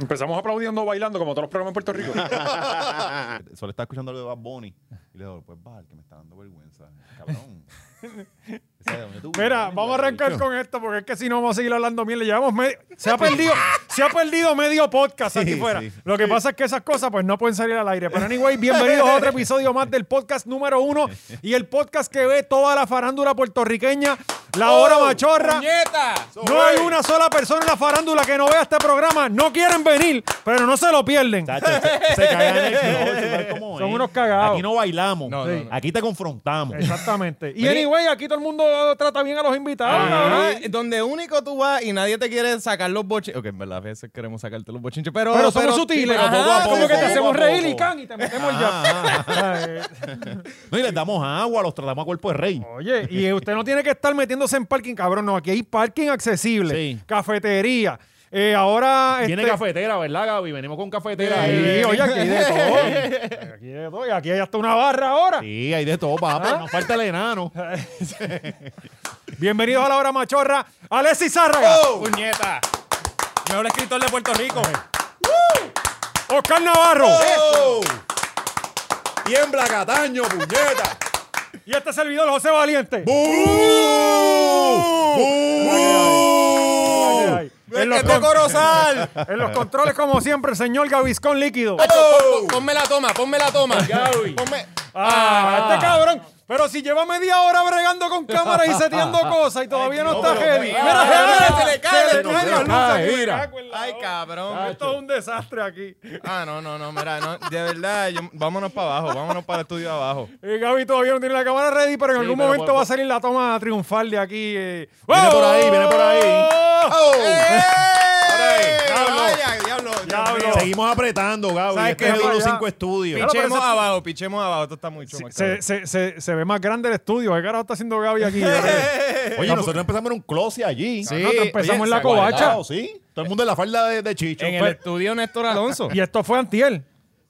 Empezamos aplaudiendo, bailando, como todos los programas en Puerto Rico. Solo estaba escuchando lo de Bad Bunny y le digo, pues va, el que me está dando vergüenza. Cabrón. Ese de donde tú vives, Mira, ¿no? vamos a arrancar con esto porque es que si no vamos a seguir hablando miel. Le llevamos medio. Se ha perdido, se ha perdido medio podcast aquí Sí, fuera. sí. Lo que pasa es que esas cosas pues no pueden salir al aire. Pero anyway, bienvenidos a otro episodio más del podcast número uno y el podcast que ve toda la farándula puertorriqueña, La Hora Machorra. Oh, No hay una sola persona en la farándula que no vea este programa. No quieren venir, pero no se lo pierden. Tacho, se, se cagan en el flow, tú sabes cómo Son es. unos cagados. Aquí no bailamos. No, no, no. Aquí te confrontamos. Exactamente. Y anyway, aquí todo el mundo trata bien a los invitados. cabrón. Ah, donde único tú vas y nadie te quiere sacar los bochinches. Ok, en verdad, a veces queremos sacarte los bochinches, pero. Pero somos sutiles. pero Ajá, poco a poco, como que te poco a hacemos poco. reír y can y te metemos ya. No, y les damos agua, los tratamos a cuerpo de rey. Oye, y usted no tiene que estar metiéndose en parking, cabrón. No, aquí hay parking accesible, Sí. cafetería. Eh, ahora. Viene este, cafetera, ¿verdad, Gaby? Venimos con cafetera. Sí, ahí. oye, aquí hay de todo. Aquí hay de todo. Y aquí hay hasta una barra ahora. Sí, hay de todo, papá. No falta el enano. Bienvenidos a la hora machorra. Alexis Zárraga. ¡Puñeta! Mejor escritor de Puerto Rico. Oscar Navarro. Tiembla Cataño, puñeta. Y este servidor, José Valiente. Ay, ay, ay. En los, ¡Este con- corozal! en los controles, como siempre, el señor Gaviscón Líquido. ¡Oh! Ponme la toma, ponme la toma. Ponme. Ah, este cabrón. Pero si lleva media hora bregando con cámaras y seteando cosas y todavía no, está Oh, pero heavy. mira, Mira, mira, mira, mira, mira, se le cae, se se le le caen las cae, luces, mira. me cago en la Ay, hora. cabrón. Esto es un desastre aquí. Ah, no, no, no, mira, no, de verdad, yo- vámonos para abajo, vámonos para el estudio abajo. Eh, Gaby todavía no tiene la cámara ready, pero en Sí, algún pero momento por- va a salir la toma triunfal de aquí. eh. Viene por ahí, viene por ahí. ¡Oh! ¡Eh! Diablo. Vaya, diablo, Dios Diablo. mío. Seguimos apretando, Gaby. ¿Sabes Este qué? es el Duro Ya. 5 Estudios. Picheo. Pichemos pero eso- abajo, pichemos abajo, esto está mucho Sí, más se, cabrón. se, se, se ve más grande el estudio. ¿Qué carajo está haciendo Gaby aquí? Nosotros Oye, nosotros empezamos en un closet allí. Sí, empezamos oye, en la se guarda. covacha. Cuadrado, sí. Todo el mundo en la falda de, de Chicho. En el Pues- estudio Néstor Alonso. Y esto fue Antiel.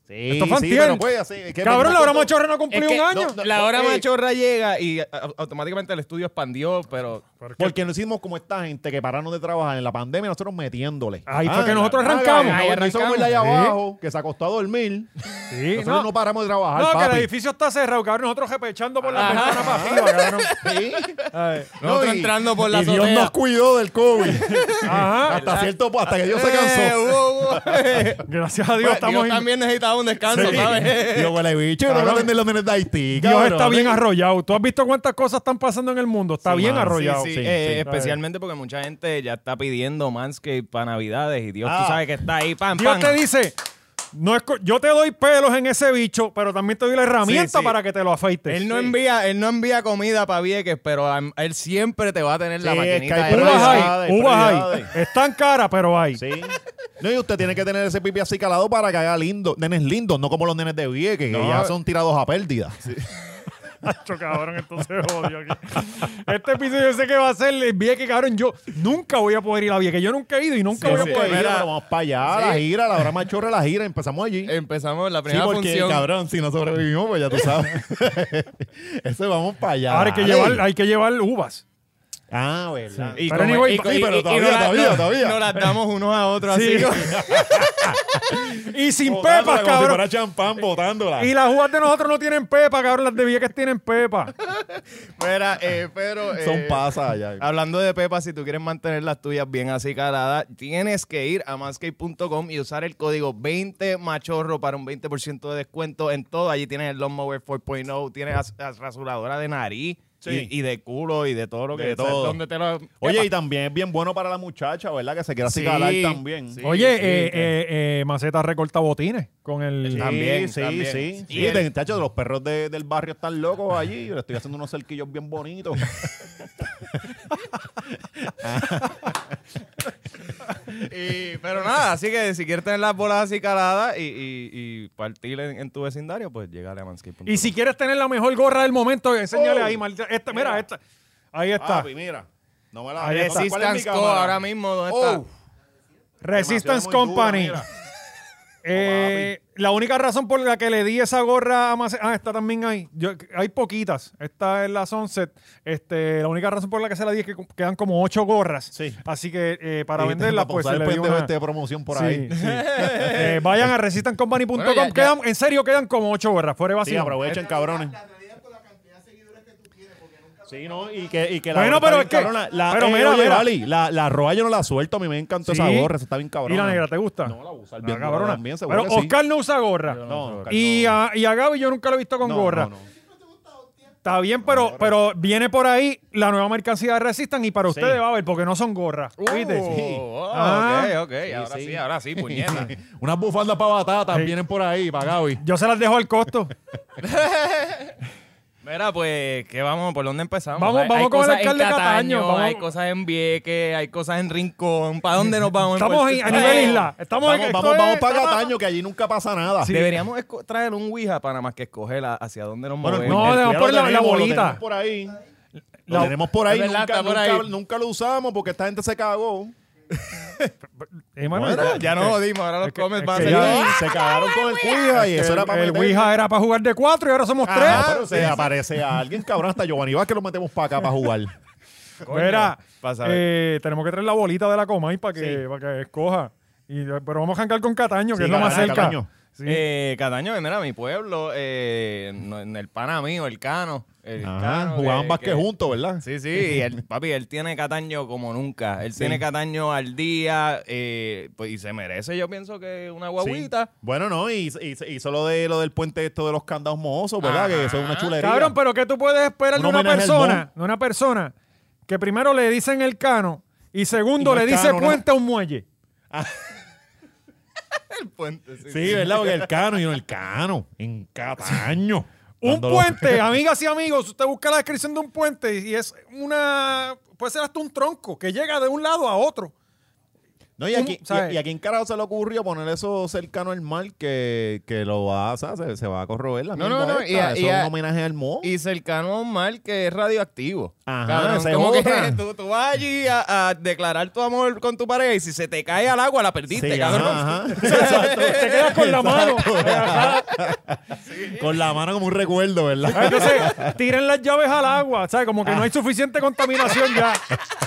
Sí, Esto fue sí, antier. pero pues, así, es que Cabrón, la hora nosotros- machorra no cumplió Es que un año. no, no, La hora Ey. machorra llega y a- a- automáticamente el estudio expandió, pero Porque no hicimos como esta gente que pararon de trabajar en la pandemia, nosotros metiéndole. Ahí fue que nosotros la- arrancamos. Ah, Ahí Gabriel hizo como el de allá arrancamos. abajo, que se acostó a dormir. Sí, nosotros no. paramos de trabajar, No, que el papi. Ah, edificio está cerrado, cabrón. Nosotros repechando por la Ajá. ventana para arriba, cabrón. Sí. Ay. nosotros No, y- entrando por la Y Dios azotea. nos cuidó del COVID. Ajá. hasta cierto punto, hasta que Dios se Eh, cansó. wow, wow. Gracias a Dios Eh, Dios estamos en- también necesitaba un descanso, ¿sabes? Dios huele bicho, no Cabrón. va a atender los nenes de Haití. Dios cabrón. está bien arrollado. ¿Tú has visto cuántas cosas están pasando en el mundo? Está Sí, bien man, arrollado. Sí, Eh, sí. Especialmente porque mucha gente ya está pidiendo Manscape para Navidades y Dios, Ah. tú sabes que está ahí, pam, Dios pam. te dice, no es co- yo te doy pelos en ese bicho, pero también te doy la herramienta Sí, sí. para que te lo afeites. Él no envía, él no envía comida para Vieques, pero am- él siempre te va a tener la Sí, es que hay maquinita. ahí. pruebas Uvas Prioridades, hay, uvas prioridades. hay. Están caras, pero hay. Sí. No, y usted tiene que tener ese pipi así calado para que haga lindo, nenes lindos, no como los nenes de Vieques, que ya son tirados a pérdida. Hacho, cabrón, entonces odio aquí. Este episodio yo sé que va a ser el Vieque, cabrón. Yo nunca voy a poder ir a Vieque. Yo nunca he ido y nunca Sí, voy a sí, poder mira, ir. pero vamos para allá, la Sí. gira, la hora machorra, la gira, empezamos allí. Empezamos la Sí, primera porque función. cabrón, si no sobrevivimos, pues ya tú sabes. Eso vamos para allá. Ahora hay que, dale. llevar, hay que llevar uvas. Ah, verdad. Y Pero come- anyway, y co- sí, y- pero y- y todavía, nos la- todavía, nos- todavía. Nos las damos unos a otros Sí. así. Y sin Botándola pepas, como si cabrón. fuera champán botándola. Y las uvas de nosotros no tienen pepa, cabrón. Las de Vieques tienen pepa. Mira, eh, pero. eh, Son pasas allá. Hablando de Pepa, si tú quieres mantener las tuyas bien así caladas, tienes que ir a manscape.com y usar el código 20machorro para un 20% de descuento en todo. Allí tienes el Lawnmower 4.0, tienes as- as- rasuradora de nariz Sí. y, y de culo y de todo lo que De o sea, todo. donde te lo- Oye, y también es bien bueno para la muchacha, ¿verdad? Que se quiera así Sí, calar también. sí. Oye, sí, eh, sí. eh, eh, Maceta recorta botines con el... Ah, Sí, También, sí, también. sí. Y Y el- de- tacho, los perros de- del barrio están locos allí. Le estoy haciendo unos cerquillos bien bonitos. Y- pero nada, así que si quieres tener las bolas así caladas y, y, y partir en, en tu vecindario, pues llegale a manscape.com. Y si quieres tener la mejor gorra del momento, enséñale ahí. maldita- Esta, mira, esta. Ahí está. Papi, mira. No me la Ahí ¿Cuál es mi Resistance Co cámara? ahora mismo, ¿dónde Oh, está? Resistance demasiado muy Oh, dura, Company. mira. Eh, la única razón por la que le di esa gorra a Mace- Ah, esta también hay. Yo- hay poquitas. Esta es la Sunset. Este, la única razón por la que se la di es que co- quedan como ocho gorras. Sí. Así que eh, para Dijiste, venderlas, "Para pues usar se el le dio pendejo una- este de promoción por Sí, ahí. sí. Eh, vayan a resistancompany.com. Bueno, ya- ya- Quedan- En serio, quedan como ocho gorras. Fuera de Sí, vacío. aprovechen, cabrones. Sí, no, y que, y que Bueno, pero es que- cabrona, la, pero eh, mira, oye, mira. Vali, la, la roja yo no la suelto, a mí me encantó esa Sí. gorra, esa está bien cabrona. ¿Y la negra te gusta? No, la voy a usar Ah, bien dura cabrona. también, seguro Pero que sí. Oscar no usa gorra. No, Oscar, y, no. A, y a Gaby yo nunca lo he visto con No, gorra. no, no. Está bien, pero, pero viene por ahí la nueva mercancía de Resistan y para Sí. Uh. ustedes va a haber porque no son gorras. ¿Viste? Oh, uh, Ah. ok, ok. ahora sí. sí. ahora sí, puñeta. Unas bufandas para batata Sí. vienen por ahí, para Gaby. Yo se las dejo al costo. Mira, pues, ¿qué vamos? ¿Por dónde empezamos? Vamos- vamos con el cosas en alcalde Cataño, vamos. Hay cosas en Vieques, hay cosas en Rincón. ¿Para dónde nos vamos? en Estamos Puerto- en- a nivel Eh, isla. Estamos en- Vamos, esto vamos, es- vamos para estamos- Cataño, que allí nunca pasa nada. Deberíamos esco- traer un Ouija para más que escoger la- hacia dónde nos Bueno, movemos. no, el- dejamos ya por lo la- la tenemos, bolita. Lo tenemos por ahí. Lo La- tenemos por ahí, Es verdad, nunca, está por nunca- ahí. nunca lo usamos porque esta gente se cagó. Eh, mano, Bueno, Ya no dimos, ahora los Es que- comments es van que a seguir. ya- Sí, se ¡Ah, cagaron con el Cuija y eso era para el meter. Ouija era para jugar de cuatro y ahora somos tres. Ajá, pero se aparece a alguien, cabrón, hasta Giovanni Vázquez lo metemos para acá para jugar. Coño, Mira, pa' saber. eh, tenemos que traer la bolita de la Comay para que, para que escoja. Y, pero vamos a jancar con Cataño, que es Sí, lo más Cataño, cerca. Cataño. Sí. Eh, Cataño, mira, mi pueblo, eh, no- en el pana mío, el Cano. El Ajá, Cano, jugaban que- Vázquez que- juntos, ¿verdad? Sí, sí, y el, papi, él tiene Cataño como nunca. Él tiene Cataño al día eh, pues, y se merece, yo pienso que una Sí. guaguita. Bueno, no, y, y- hizo lo de lo del puente esto de los candados mohosos, ¿verdad? Ajá. Que eso es una chulería. Cabrón, pero ¿qué tú puedes esperar Un de una homenaje al persona? De una persona que primero le dicen el cano y segundo Y no le es dice cano, ¿no? puente a un muelle. El puente, sí. Sí, ¿verdad? Porque el cano y no el cano. En Cataño. Un Dándolo- puente, amigas y amigos, usted busca la descripción de un puente y es una. Puede ser hasta un tronco que llega de un lado a otro. No, y aquí, Un- ¿sabes? y, y aquí en carajo se le ocurrió poner eso cercano al mar que, que lo va a, o sea, se, se va a corroer la No, mierda no, no, esta. y a- eso y es a- un homenaje al moho. Y cercano a un mar que es radioactivo. Ajá, Cabrón, esa es como que otra. tú, tú vas allí a, a declarar tu amor con tu pareja y si se te cae al agua la perdiste, Sí, cabrón. ajá, ajá. Te quedas con la mano. Con la mano como un recuerdo, Ah. ¿verdad? Entonces, tiren las llaves al agua, ¿sabes? Como que no hay suficiente contaminación ya.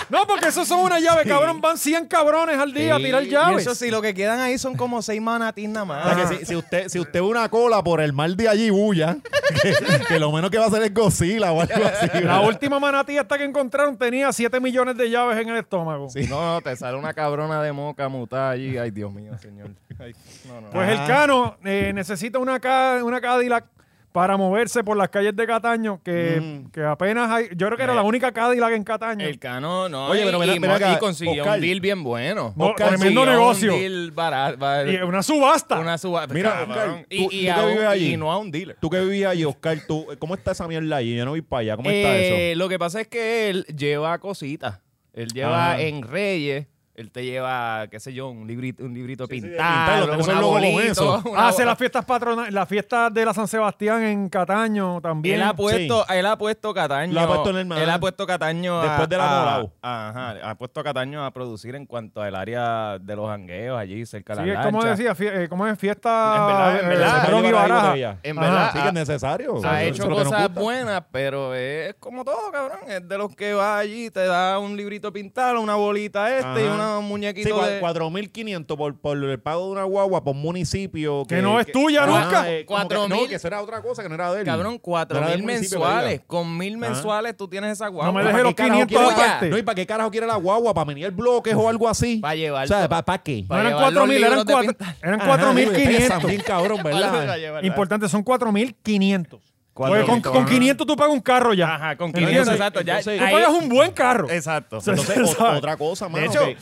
No, porque eso son una llave, cabrón. Van 100 cabrones al día a tirar Y- llaves. Y eso sí, lo que quedan ahí son como seis manatís nada O sea, más. que si, si usted, si usted ve una cola por el mar de allí, bulla, que, que lo menos que va a hacer es Godzilla o algo así. La ¿verdad? última manatí hasta que encontraron tenía 7 millones de llaves en el estómago. Sí, No, no, te sale una cabrona de moca mutada allí. Ay, Dios mío, señor. Ay, no, no. Pues el Cano eh, necesita una, ca- una Cadillac para moverse por las calles de Cataño, que, que apenas hay... Yo creo que era la única Cadillac en Cataño. Mm. Eh, El Cano, no. Oye, y- pero mira, y, mira y acá, consiguió Oscar. un deal bien bueno. No, Consiguió tremendo un negocio. deal barato, barato. Y una subasta. una suba. eh, Mira, cabrón. Oscar, y, tú- y tú que a un- vives allí. y no a un dealer. Tú que vivías allí, Oscar, tú, ¿cómo está esa mierda allí? Yo no vi para allá, ¿cómo está Eh, eso? Lo que pasa es que él lleva cositas. Él lleva Ah. en Reyes. Él te lleva, qué sé yo, un librito, un librito de pintado, pintarlo, tenemos un el logo con arbolito, eso. Ah, una Hace bo- las fiestas patronales, las fiestas de la San Sebastián en Cataño también. Él ha puesto, él ha puesto Cataño. Lo ha puesto en el mar. Él ha puesto Cataño a- Después de la a- Morao. Ajá. Ha puesto a Cataño a producir en cuanto al área de los jangueos allí cerca de Sí, la es como lancha. decía, fie- eh, como es fiesta... Ah, En verdad, en eh, verdad, de Ron y Ahí va la Baraja. botella. En Ajá. verdad, Sí, que ha- es necesario. Eso Ha es hecho lo que nos cosas gusta. buenas, pero es como todo, cabrón. Es de los que va allí, te da un librito pintado, una bolita este y Ajá. una Sí, muñequito cua- de... 4.500 por, por el pago de una guagua por municipio. Que no es tuya Ajá, nunca. eh, como que- 4.000. No, que eso era otra cosa que no era de él. Cabrón, cuatro No era mil del municipio, Ah. mensuales. ¿verdad? Con mil mensuales tú tienes esa guagua. No me ¿Para dejes qué los carajo 500 quiere la- aparte. No, ¿y para qué carajo quiere la guagua? ¿Para venir el bloque o algo así? Pa' llevar O sea, todo. ¿para qué? Pa' No eran llevar los 4.000, eran libros de cuatro- pintar. eran Ajá, digo, y pesan 4.500. Bien cabrón, ¿verdad? Importante, son 4.500. Porque 4.500, con, con ¿no? 500 tú pagas un carro ya. Ajá, con ¿Entiendes? 500, exacto. Ya, Tú ahí- pagas un buen carro. Exacto. Entonces, o- otra cosa, mano. de hecho, que-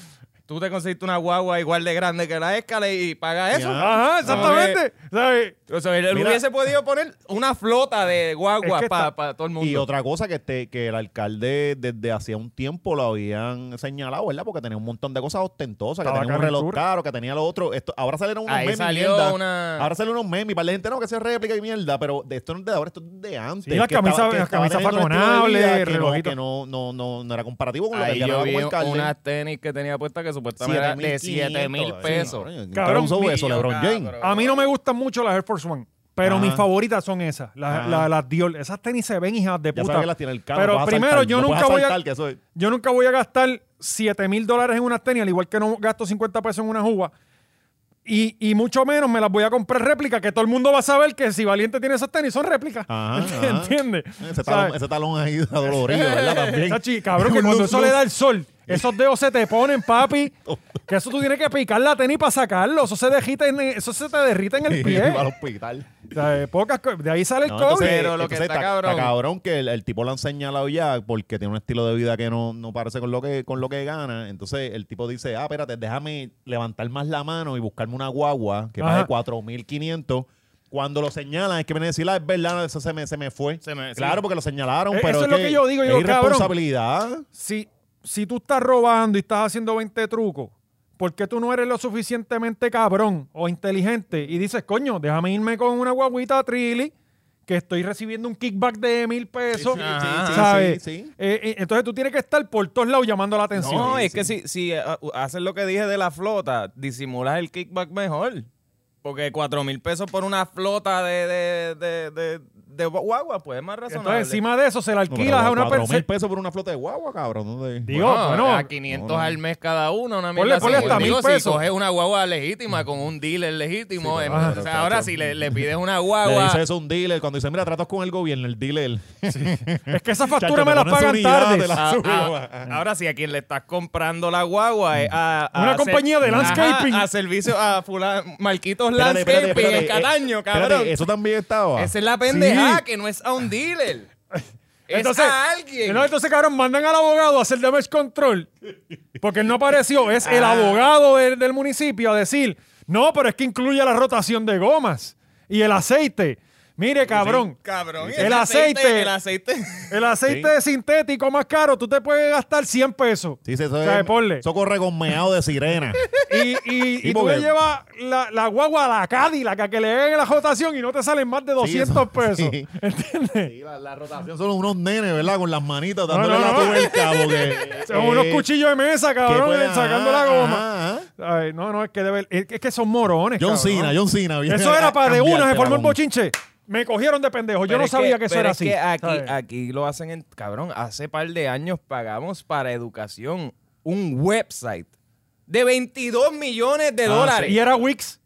tú te conseguiste una guagua igual de grande que la escala y pagas eso. Ajá, exactamente. ¿Sabes? O sea, él Mira. hubiese podido poner una flota de Es guaguas que está- para todo el mundo. Y otra cosa que, este, que el alcalde desde hacía un tiempo lo habían señalado, ¿verdad? Porque tenía un montón de cosas ostentosas, que Estaba tenía un Carmen reloj Tour. caro, que tenía lo otro. Esto, ahora salieron unos Ahí memes. y salió mierda. una- Ahora salen unos memes, y para la gente no que se réplica y mierda, pero de esto no es de ahora, esto es de antes. Sí, las que camisas- que las camisas teniendo un estilo de vida faconables, que no, relojitos. que no, no, no, no era comparativo con lo Ahí que ganaba yo vi como alcalde. unas tenis que tenía puestas que supuestamente era de 7 mil pesos. Cabrón Cabrón, uso eso, mío, LeBron cabrón. James. A mí no me gustan mucho las Air Force One, pero Ajá. mis favoritas son esas, las, Ajá. las- las Dior. Esas tenis se ven hijas de Ya puta. sabes que las tiene el carro. pero vas a primero, saltar, yo no puedes nunca voy a, saltar, que eso es- yo nunca voy a gastar 7 mil dólares en unas tenis, al igual que no gasto 50 pesos en una uva. Y, y mucho menos me las voy a comprar réplica, que todo el mundo va a saber que si Valiente tiene esas tenis son réplicas. Ajá, ajá. Eh, ¿Entiendes? Ese O sea, talón, ese talón ahí adolorido, ¿verdad? También. Chachi, cabrón, que cuando No, eso no. le da el sol, esos dedos se te ponen, papi. Que eso tú tienes que picar la tenis para sacarlo. Eso se, derrite en- eso se te derrite en el pie. Al hospital. O sea, eh, pocas co- de ahí sale el No, COVID. entonces- Pero lo que entonces está cabrón- cabrón que el, el tipo lo han señalado ya porque tiene un estilo de vida que no, no parece con lo que con lo que gana. Entonces el tipo dice, ah, espérate, déjame levantar más la mano y buscarme una guagua que Ajá. pague 4.500. Cuando lo señalan es que viene a decir, ah, es verdad, eso se me, se me fue. Se me- claro, sí. porque lo señalaron, Eh, pero eso es lo que yo digo, yo digo, cabrón. responsabilidad. si, si tú estás robando y estás haciendo 20 trucos, ¿por qué tú no eres lo suficientemente cabrón o inteligente? Y dices, coño, déjame irme con una guaguita a Trilly, que estoy recibiendo un kickback de mil pesos. Sí, sí, Ah. sí, ¿sabes? sí, sí. Eh, eh, entonces tú tienes que estar por todos lados llamando la atención. No, es que si, si eh, uh, haces lo que dije de la flota, disimulas el kickback mejor. Porque cuatro mil pesos por una flota de, de, de, de, de guagua, pues es más razonable. entonces encima de eso se la No, alquilas a una mil persona. pesos por una flota de guagua, cabrón. ¿no? De- Digo, bueno, a 500 no, no. al mes cada uno, una Ponle- mierda así. ponle hasta Digo, mil si pesos. coges una guagua legítima con un dealer legítimo, Sí, eh, claro, o sea, claro, ahora claro. si le, le pides una Le dice guagua, eso a un dealer. Cuando dice, mira, tratas con el gobierno, el dealer. Es que esas Chacho, facturas te me las pones pagan unidad, tarde. te la- a- su a- guagua. ahora si a quien le estás comprando la guagua es a, a Una hacer- compañía de landscaping. Ajá, a servicio a fula, Marquitos Espérate, espérate, Landscaping espérate, en Cataño, eh, cabrón. espérate, eso también estaba. Esa es la pendeja, que no es a un dealer. es a alguien. no, entonces, cabrón, mandan al abogado a hacer damage control. Porque él no apareció. Es Ah. el abogado del, del municipio a decir: No, pero es que incluye la rotación de gomas y el aceite. Mire, cabrón. Cabrón, El aceite. El aceite. El aceite sintético más caro, tú te puedes gastar 100 pesos. Sí, sí, eso O sea, es- ponle. Eso corre con meado de sirena. Y, y, Sí, y tú porque- le llevas la, la guagua a la Cadillac a que le hagan la rotación y no te salen más de 200 eso- pesos. sí. ¿Entiendes? Sí, la, la rotación son unos nenes, ¿verdad? Con las manitas No, dándole no, la no. tuerca. Porque, Son unos eh, Ah, cuchillos de mesa, que cabrón, eh, pueden- sacando la ajá, goma. ajá. Ay, no, no, es que debe, es que- es que son morones. John cabrón. Cena, John Cena. viene Eso a- era a para de cambiarte una, se la formó el goma. bochinche. Me cogieron de pendejo. Yo Pero no es sabía que, eso pero era es así. que aquí, ¿sabes? aquí lo hacen en. Cabrón, hace par de años pagamos para educación un website de 22 millones de dólares. Ah, Y era Wix.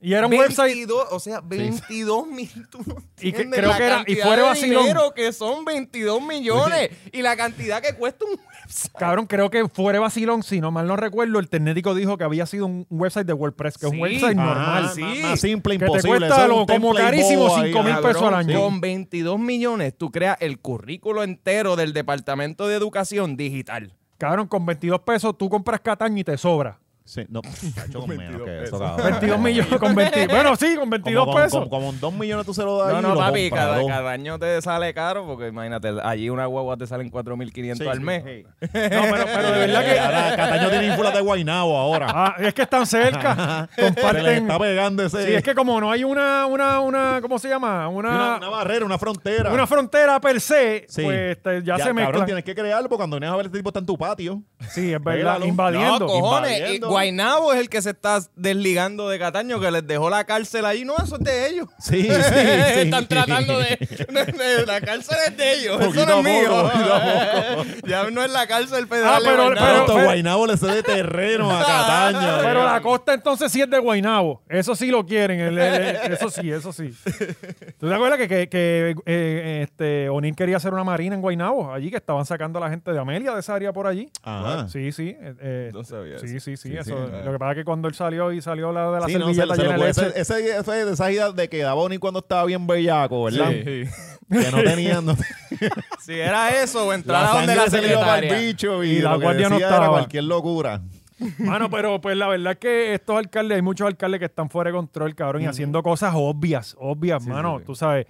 Y era un website. 22, O sea, 22 mil. tú no Y que- entiendes creo la que era- y cantidad fuera de vacilón. dinero que son 22 millones. y la cantidad que cuesta un website. Cabrón, creo que fuera vacilón, si no mal no recuerdo, el Tecnético dijo que había sido un website de WordPress, que es un Sí, website Ajá, normal. más- sí. Más simple, Que te imposible. cuesta eso es lo- un como template carísimo, bobo ahí, 5.000 mil cabrón. pesos al año. Con 22 millones tú creas el currículo entero del Departamento de Educación Digital. Cabrón, con 22 pesos tú compras Catán y te sobra. Sí, no, cacho, con menos que eso, 22 cabrón. millones con 20 Bueno, sí, con 22 Como- como- pesos. Como, como, 2 millones tú se lo das No, y no, lo papi, compras, cada, dos. cada año te sale caro porque imagínate, allí una guagua te salen 4.500 Sí, al sí, mes. sí. No, pero, pero de verdad que. Ahora Eh, Cataño tiene ínfulas de Guainabo ahora. Ah, es que están cerca. Se le Comparten. está pegando ese. Sí, es que como no hay una, una, una, ¿cómo se llama? una, Una, una barrera, una frontera. una frontera per se, Sí. pues este, ya, se Cabrón, mezclan. tienes que crearlo porque cuando vienes a ver este tipo está en tu patio. Sí, es verdad, Pégalo. invadiendo. No, cojones, y invadiendo. Guainabo es el que se está desligando de Cataño, que les dejó la cárcel allí. No, eso es de ellos. Sí, sí, Están sí. tratando de, de- La cárcel es de ellos. Poquito Eso no a es mío. poco, poquito a ya no es la cárcel federal. Ah, de pero- Guaynabo. Pero, pero- Guainabo le cede terreno Ah, a Cataño. Pero la costa entonces sí es de Guainabo. Eso sí lo quieren. el- el- el- eso sí, eso sí. ¿Tú te acuerdas que, que, que, eh, este, O'Neill quería hacer una marina en Guainabo? Allí que estaban sacando a la gente de Amelia de esa área por allí. Ajá. Sí, sí. eh, eh, No sabía sí, eso. sí, sí, Sí, eso. sí, eh. Lo que pasa es que cuando él salió y salió la de la Sí, no, se, servilleta lo- se lo llena de puede- leche, ese, ese, ese- esa idea de que Davoni cuando estaba bien bellaco, ¿verdad? Sí, sí. Que no tenía. No, Si era eso, o entrar la a donde la sangre se le iba para el secretaria. bicho y, Y la lo que guardia no decía estaba. Era cualquier locura. Mano, pero pues la verdad es que estos alcaldes, hay muchos alcaldes que están fuera de control, cabrón, y haciendo cosas obvias, obvias, mano. Tú sabes.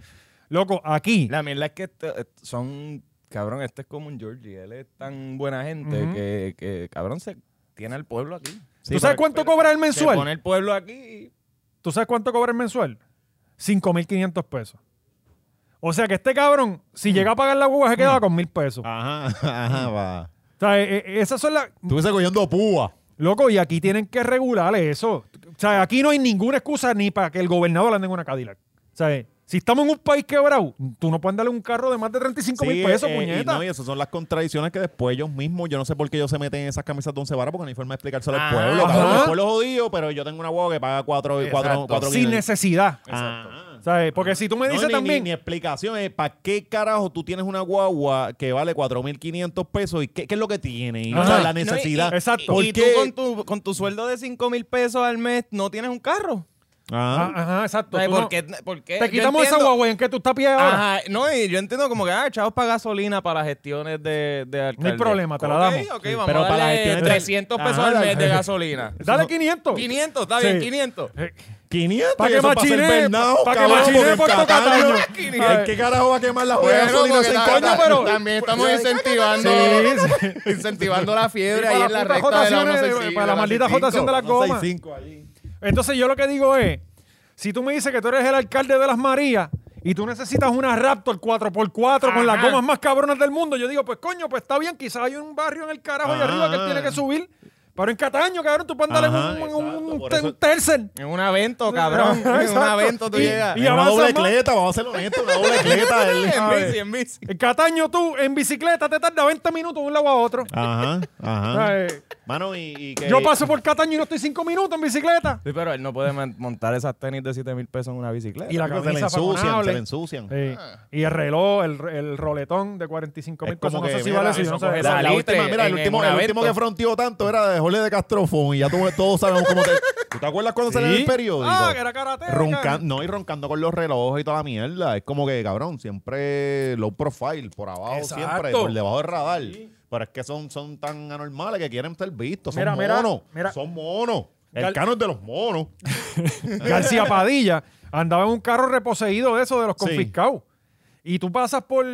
Loco, aquí. La mierda es que esto- esto- son. Cabrón, este es como un Georgie. Él es tan buena gente Ujú. que, que, cabrón, se tiene al pueblo aquí. ¿Tú sabes cuánto cobra el Se mensual? pone el pueblo aquí y ¿Tú sabes cuánto cobra el mensual? 5.500 pesos. O sea que este cabrón, si llega a pagar la guagua, se Ah. quedaba con mil pesos. Ajá, ajá, va. O sea, eh, eh, esas son las. Estuviese cogiendo púa. Loco, y aquí tienen que regular eso. O sea, aquí no hay ninguna excusa ni para que el gobernador ande en una Cadillac. O sea, si estamos en un país quebrado, tú no puedes darle un carro de más de 35 mil Sí, pesos, eh, Y, pues puñeta. no, y esas son las contradicciones que después ellos mismos, yo no sé por qué ellos se meten en esas camisas de once varas porque no hay forma de explicárselo Ah, al pueblo. ajá. cabrón. el pueblo es jodido, pero yo tengo una guagua que paga cuatro, cuatro, Exacto. cuatro sin guineas. necesidad. Ah. ¿Sabes? Porque si tú me No, dices ni- también. Ni, ni explicación es para qué carajo tú tienes una guagua que vale 4.500 pesos y qué, qué es lo que tiene. Y, o Ajá. sea, la No, y- necesidad. y- exacto. ¿Por y qué? tú con tu, con tu sueldo de 5 mil pesos al mes no tienes un carro. Ah, Ajá. ajá, exacto. Ay, Tú ¿por no- qué- por qué? Te Yo quitamos esa entiendo- guagua en que tú estás pie ahora. Ajá, no, y yo entiendo como que, ah, chavos para gasolina, para gestiones de, de alcalde. No hay problema, te la damos. Ok, ok, Sí, vamos pero a para darle las gestiones de- 300 pesos Ajá, al mes dale. de gasolina. Dale 500. 500, está bien, Sí. 500. Eh, 500 Pa' que eso es pa' hacer machine, bernao, pa' que cabrón, machine porque en Puerto Cataño, Cataño. ¿en ¿Qué carajo va a quemar la Bueno, juega gasolina porque sin ta- coño? ta- pero- también estamos incentivando incentivando la sí, fiebre para ahí la en la puta recta de la jotación, 165, eh, para la maldita 165. jotación de la goma. 165 allí. Entonces yo lo que digo es, si tú me dices que tú eres el alcalde de las Marías y tú necesitas una Raptor 4x4 con las Ajá. gomas más cabronas del mundo, yo digo, pues coño, pues está bien, quizás hay un barrio en el carajo allá Ajá. arriba que él tiene que subir. Pero en Cataño, cabrón, tú puedes darle Ajá, un, un, un, exacto, por te- eso- un tercer. En un avento, cabrón. En un Exacto. avento tú Y- llegas. y Y una avanza doble más. cleta, vamos a ser honestos, una doble cleta. él- a ver. En bici, en bici. En Cataño tú, en bicicleta, te tarda 20 minutos de un lado a otro. Ajá, ajá. Ay, Mano, y, y que... Yo paso por Cataño y no estoy 5 minutos en bicicleta. Sí, pero él no puede man- montar esas tenis de 7 mil pesos en una bicicleta. Y la se le camisa Eh, ensucian, se fajonable. le ensucian. Sí. Y el reloj, el, el roletón de 45 mil Es pesos. como No que, sé si mira, vale eso. yo eso No sé. coge La, la Saliste última, mira, el en- en último, un el último evento. que fronteó tanto era de Jorge de Castrofón y ya tú- todos sabemos cómo te... ¿Tú te acuerdas cuando salió Sí. el periódico? Ah, que era karateca. Roncando, no, y roncando con los relojes y toda la mierda. Es como que, cabrón, siempre low profile, por abajo Exacto. siempre, por debajo del radar. Pero es que son, son tan anormales que quieren ser vistos. Son Mira, mira, monos. mira. Son monos. Gal- El cano es de los monos. García Padilla andaba en un carro reposeído de eso, de los Sí. confiscados. Y tú pasas por.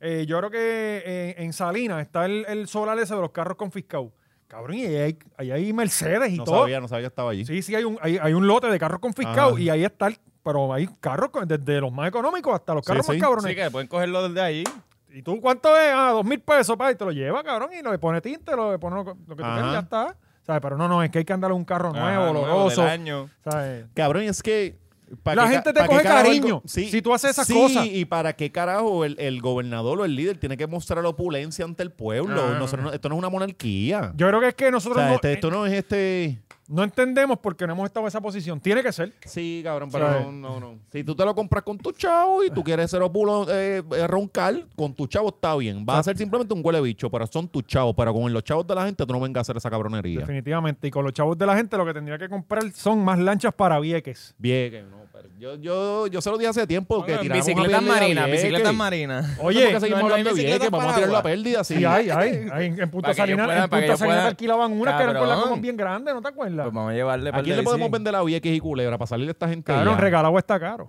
eh, yo creo que eh, en Salinas está el, el solar ese de los carros confiscados. Cabrón, y ahí hay, ahí hay Mercedes y No todo. sabía, no sabía que estaba allí. Sí, sí, hay un, hay, hay un lote de carros confiscados Ajá. y ahí está el. Pero hay carros con- desde los más económicos hasta los Sí, carros más sí. cabrones. Sí, que pueden cogerlo desde ahí. ¿Y tú cuánto es? Ah, dos mil pesos, pa, y te lo lleva, cabrón, y lo le pone tinte, lo le pone lo, que- lo que tú Ajá. quieras, ya está. ¿Sabes? Pero no, no, es que hay que andarle un carro nuevo, Ajá, nuevo, oloroso. del año. ¿sabes? Cabrón, es que. ¿pa' La qué ca- gente te pa' qué coge carajo el cariño go- si tú haces esas sí, cosas. y para qué carajo el, el gobernador o el líder tiene que mostrar la opulencia ante el pueblo. Nosotros no- esto no es una monarquía. Ah. Yo creo que es que o nosotros sea, no, este- esto no es este. no entendemos porque no hemos estado en esa posición. Tiene que ser. Sí, cabrón, pero ¿Sabes? no, no, no. Si tú te lo compras con tu chavo y tú quieres ser opulo, eh, eh, roncar, con tu chavo está bien. Vas a ser simplemente un huele bicho, pero son tus chavos. Pero con los chavos de la gente tú no vengas a hacer esa cabronería. Definitivamente. Y con los chavos de la gente lo que tendría que comprar son más lanchas para vieques. Bien, que no. pero yo, yo, yo se lo dije hace tiempo que Bueno, en tiramos a bicicletas Vieques. marinas, bicicletas marinas. Oye, ¿por qué Oye, seguimos no, no hay hablando de bicicletas Vieques? Vamos a para tirar la agua. pérdida, sí. sí, hay, hay. hay en, en Para Punta que yo Salinas, pueda- en para Punta que yo Salinas pueda- alquilaban una que eran con las Cabrón. gomas bien grandes, ¿no te acuerdas? Pues vamos a llevarle ¿A par quién de le podemos bici. vender a Vieques y Culebra para salir a esta gente? Cabrón, ya? regalado está caro.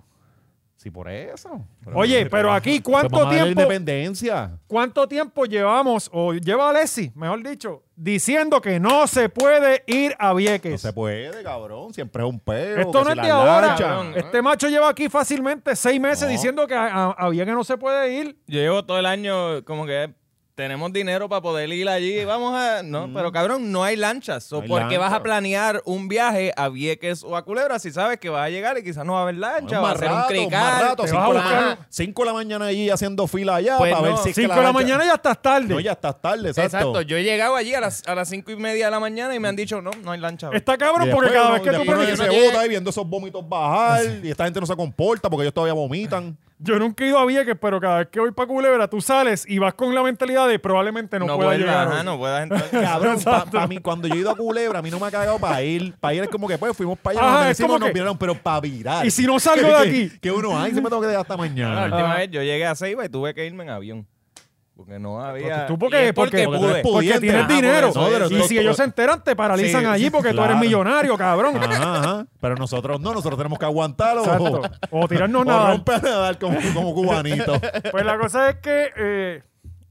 Sí, por eso. Oye, pero aquí, ¿cuánto Pues vamos a darle tiempo? independencia. ¿Cuánto tiempo llevamos, o lleva Alessi, mejor dicho, diciendo que no se puede ir a Vieques? No se puede, cabrón. Siempre es un peo. Esto que no si es la de ahora. lancha. cabrón. Este macho lleva aquí fácilmente seis meses No. diciendo que a, a- a Vieques no se puede ir. Yo llevo todo el año como que tenemos dinero para poder ir allí. Vamos a... No, pero cabrón, no hay lanchas. So, No hay ¿Por qué vas a lancha. planear un viaje a Vieques o a Culebra si sabes que vas a llegar y quizás no va a haber lancha? Es va a más ser un rato, más crical. rato, te vas cinco a de la buscar- mañana- cinco de la mañana allí haciendo fila allá Pues para ver no, si es que Cinco de la lancha- mañana ya estás tarde. No, ya estás tarde, exacto. Exacto. Yo he llegado allí a las, a las cinco y media de la mañana y me han dicho, no, no hay lancha. hoy". Está Y cabrón después porque cada uno- vez que tú después uno pones- se bota ahí viendo esos vómitos bajar y esta gente no se comporta porque ellos todavía vomitan. Yo nunca he ido a Vieques, pero cada vez que voy para Culebra, tú sales y vas con la mentalidad de probablemente no, no pueda puedes llegar. hoy. Ajá, no puedas entrar. Cabrón, para mí, cuando yo he ido a Culebra, a mí no me ha cagado para ir. Para ir es como que pues fuimos para allá, Ajá, nos es merecimos, como nos que- viraron, pero para virar. Y si no salgo de aquí. Que, que uno, ay, se me tengo que quedar hasta La mañana. última vez yo llegué a Ceiba y tuve que irme en avión. Porque no había. ¿Tú Y porque, es porque, porque tú pude. eres porque pudiente. tienes Ajá, por dinero. eso, pero y tú- si ellos se enteran, te paralizan Sí, allí porque tú claro. eres millonario, cabrón. Ajá, ajá. Pero nosotros no, nosotros tenemos que aguantarlo. Exacto. O tirarnos O nada. rompe a nadar como, como cubanito. Pues la cosa es que eh,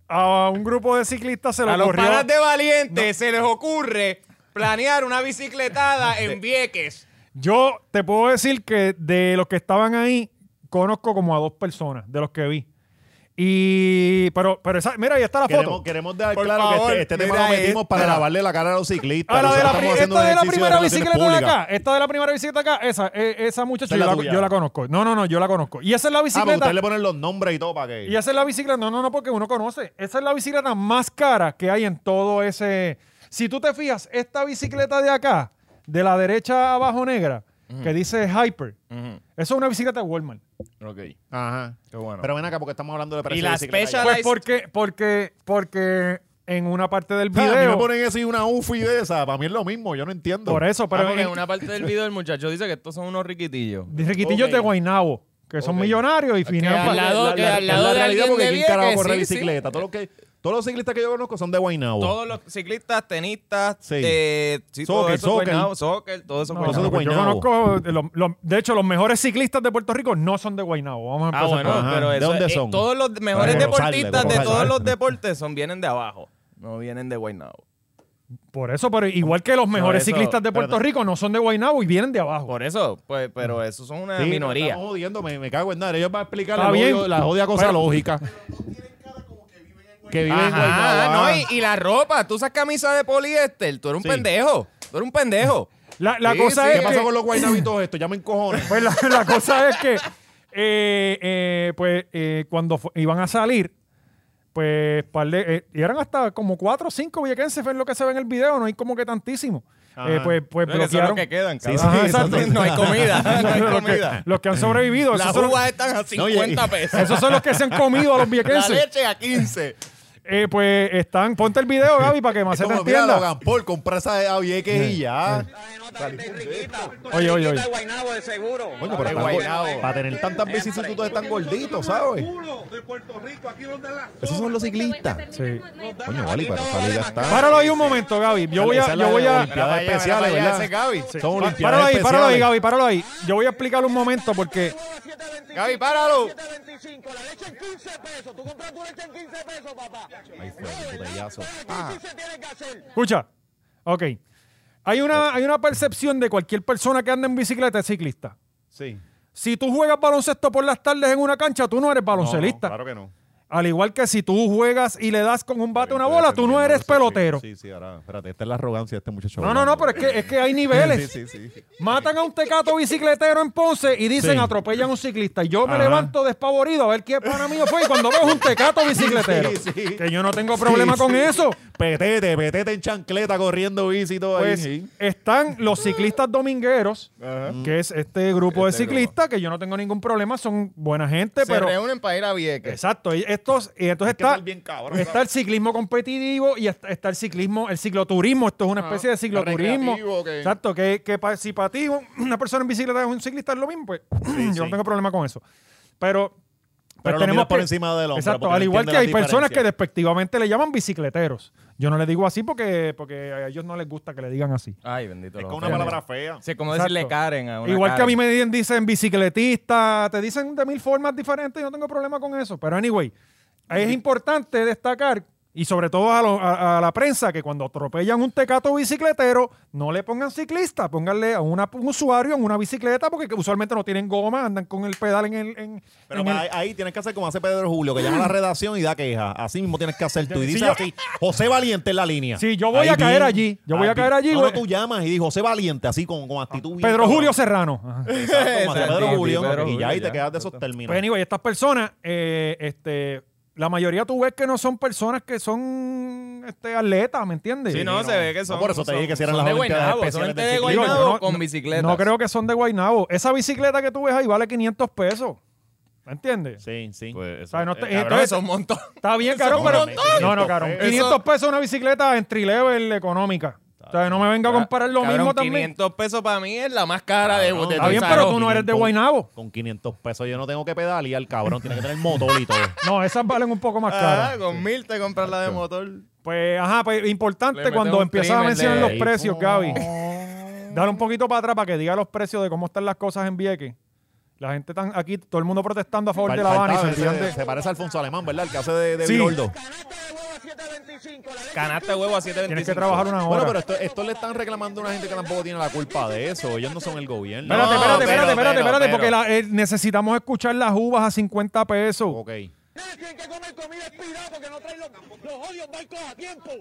a un grupo de ciclistas se le A los ocurrió. panas de valiente se les ocurre planear una bicicletada en Vieques. Yo te puedo decir que de los que estaban ahí, conozco como a dos personas, de los que vi. Y. Pero, pero esa, mira, ahí está la Queremos, foto. queremos dejar Por claro favor, que este, este tema mira lo metimos esta. para lavarle la cara a los ciclistas. Ah, la de la, Nosotros pri- estamos haciendo esta de la ejercicio primera relaciones bicicleta de públicas. Ah, acá. Esta de la primera bicicleta acá. Esa, eh, esa muchacha Esa es yo la la, tuya. yo la conozco. No, no, no, yo la conozco. Y esa es la Ah, pero bicicleta. ustedes le ponen los nombres y todo para que... Y esa es la bicicleta, no, no, no, porque uno conoce. Esa es la bicicleta más cara que hay en todo ese. Si tú te fijas, esta bicicleta de acá, de la derecha abajo negra, que dice Hyper, eso es una bicicleta de Walmart. Ok. Ajá. Qué bueno. Pero ven acá porque estamos hablando de precio Y de la bicicleta special- ya. Pues porque, porque, porque en una parte del Ah, A mí me video. ponen eso y una UFI de esa. Para mí es lo mismo. Yo no entiendo. Por eso, Ah, pero. porque en- en una parte del video el muchacho dice que estos son unos riquitillos. de Riquitillos Ok. de Guaynabo, que son Ok. millonarios y al final. la- lado- que al es lado de alguien porque de ¿quién Vieques, carajo corre sí, bicicleta? Todos, los que, todos los ciclistas que yo conozco son de Guaynabo. Todos los ciclistas, tenistas, Sí. eh, sí, todo Soccer, eso fue soccer. nada, soccer, todo eso No, fue Eso no, de nada. pues yo Guaynabo. conozco, eh, los- los- de hecho, los mejores ciclistas de Puerto Rico no son de Guaynabo. Vamos a Ah, empezar bueno, por ahí. Ajá. pero ¿De eso, dónde eh, son? todos los mejores de Rosales, deportistas de de todos Rosales. los deportes son vienen de abajo, no vienen de Guaynabo. Por eso, pero igual que los mejores eso, ciclistas de Puerto espérate. Rico no son de Guaynabo y vienen de abajo. Por eso, pues, pero esos son una Sí, minoría. Estamos jodiendo, me, me cago en nada. Ellos van a explicar Está la bien. jodida- la jodida cosa Pero- lógica. que viven en Ajá, Guaynabo. no, y, y la ropa, tú usas camisa de poliéster, tú eres un Sí. pendejo, tú eres un pendejo. La, la Sí, cosa sí, es ¿Qué pasa que, con los guaynabitos esto? Ya me encojones. pues la, la cosa es que eh, eh, pues eh, cuando fu- iban a salir, pues par de- eh, y eran hasta como cuatro o cinco viequenses, es lo que se ve en el video, no hay como que tantísimo. Ajá. Eh, pues pues Pero que son bloquearon los que quedan, Sí, cabrón. sí, Ajá, exacto. no hay comida, no hay los, que, comida. los que han sobrevivido. Esos Las son, los, uvas están a 50 pesos. esos son los que se han comido a los la viequenses. leche a 15. Eh, pues están, ponte el video, Gaby, para que Maceta Como mira, entienda. Logan Paul, comprar esa a Vieques y ya. Oye, oye, oye. Coño, pero Ay, tan guaynabo. gor- para tener tantas vicisitudes tan gorditos, ¿sabes? Esos son los ciclistas. Sí. Coño, vale, para esa liga está. Páralo ahí un momento, Gaby. Yo voy Esa a, es la yo de voy a, Olimpiadas Mira para allá, especiales, mira para ¿verdad? allá ese Gaby. Son Pa- Olimpiadas Páralo ahí, páralo ahí, especiales. Gaby, páralo ahí. Yo voy a explicarle un momento porque Gaby, páralo. Ahí fue, el botellazo. Escucha. Ok. Hay una, hay una percepción de cualquier persona que anda en bicicleta es ciclista. Sí. Si tú juegas baloncesto por las tardes en una cancha, tú no eres baloncelista. Claro que no. Al igual que si tú juegas y le das con un bate a una Estoy bola, tú no defendiendo eres eso, sí. pelotero. Sí, sí, ahora, espérate, esta es la arrogancia de este muchacho. No, no, no, pero es que, es que hay niveles. Sí, sí, sí. Matan a un tecato bicicletero en Ponce y dicen Sí. atropellan a un ciclista. Y yo me Ajá. levanto despavorido a ver quién pana mío fue. Y cuando veo es un tecato bicicletero, Sí, sí. que yo no tengo problema con eso. Petete, petete en chancleta corriendo bici y todo Pues ahí. están los ciclistas domingueros, que es este grupo de ciclistas, que yo no tengo ningún problema, son buena gente, Se pero. reúnen para ir a Vieques. Exacto, y estos, y entonces que está, ser bien cabrón, está ¿sabes? el ciclismo competitivo y está, está el ciclismo, el cicloturismo, esto es una especie de cicloturismo. Ah, recreativo, que- Exacto, que, que pa- si para ti un- una persona en bicicleta es un ciclista es lo mismo, pues yo no sí. tengo problema con eso. Pero, pues, Pero lo miras por encima del hombro, Exacto, porque al no igual entiende que la hay personas diferencia. que despectivamente le llaman bicicleteros. Yo no le digo así porque, porque a ellos no les gusta que le digan así. Ay, bendito. Es los con una feos. palabra fea. Sí, como Exacto. decirle Karen a una Igual que a mí Karen. me dicen, dicen bicicletista, te dicen de mil formas diferentes, yo no tengo problema con eso. Pero anyway, es importante destacar, y sobre todo a, lo- a- a la prensa, que cuando atropellan un tecato bicicletero, no le pongan ciclista, pónganle a una- un usuario en una bicicleta, porque usualmente no tienen goma, andan con el pedal en el... en- Pero en el- ahí, ahí tienes que hacer como hace Pedro Julio, que llama a la redacción y da queja. Así mismo tienes que hacer tú. Y Si dice yo- así, José Valiente en la línea. Sí, yo voy a caer allí. Yo voy a Aquí. caer allí, No, no, güey. tú llamas y dices José Valiente, así con, con actitud. bien Pedro cabrón. Julio Serrano. Ajá. Exacto, como hace Exacto, Pedro sí, Julio. Pedro y Julio, ya ahí te ya. quedas de esos términos. Pues anyway, estas personas, eh, este, la mayoría tú ves que no son personas que son este, atletas, ¿me entiendes? Sí, no, se ve que No, son. por eso te dije que si eran son las de Olimpiadas Guaynabo, Son especiales gente del de ciclismo. Guaynabo con bicicletas. No creo que son de Guaynabo. Esa bicicleta que tú ves ahí vale 500 pesos. ¿Me entiendes? Sí, sí. Eh, O sea, no eh, te- Cabrón, entonces, eso es un montón. está bien, caro, un pero. montón. No, no, caro. Eso- 500 pesos una bicicleta entry level económica. O sea, no me venga a comparar lo Cabrón, mismo también. 500 pesos para mí es la más cara de, de Cabrón. todo Está el bien, salón. pero tú no eres de 500. Guaynabo. Con 500 pesos yo no tengo que pedalear, cabrón. Tiene que tener motor y todo. No, esas valen un poco más Ah, caras. con mil te compras la de motor. Pues, ajá, pues importante Le cuando metemos empiezas a trimmer mencionar de los ahí. precios, Gaby. Oh. Dale un poquito para atrás para que diga los precios de cómo están las cosas en Vieques. La gente está aquí, todo el mundo protestando a favor de La Habana y se Faltaba ese- entiende. se parece a Alfonso Alemán, ¿verdad? El que hace de, de Sí. Biroldo. Canasta de huevo a 7.25. Tienes que trabajar una hora. Bueno, pero esto, esto le están reclamando a una gente que tampoco tiene la culpa de eso. Ellos no son el gobierno. Espérate, No, espérate, eh, pero, espérate, espérate, espérate, pero, pero. porque la- eh, necesitamos escuchar las uvas a 50 pesos. Ok. Ustedes tienen que comer comida expirada porque no traen los, los odios barcos a tiempo.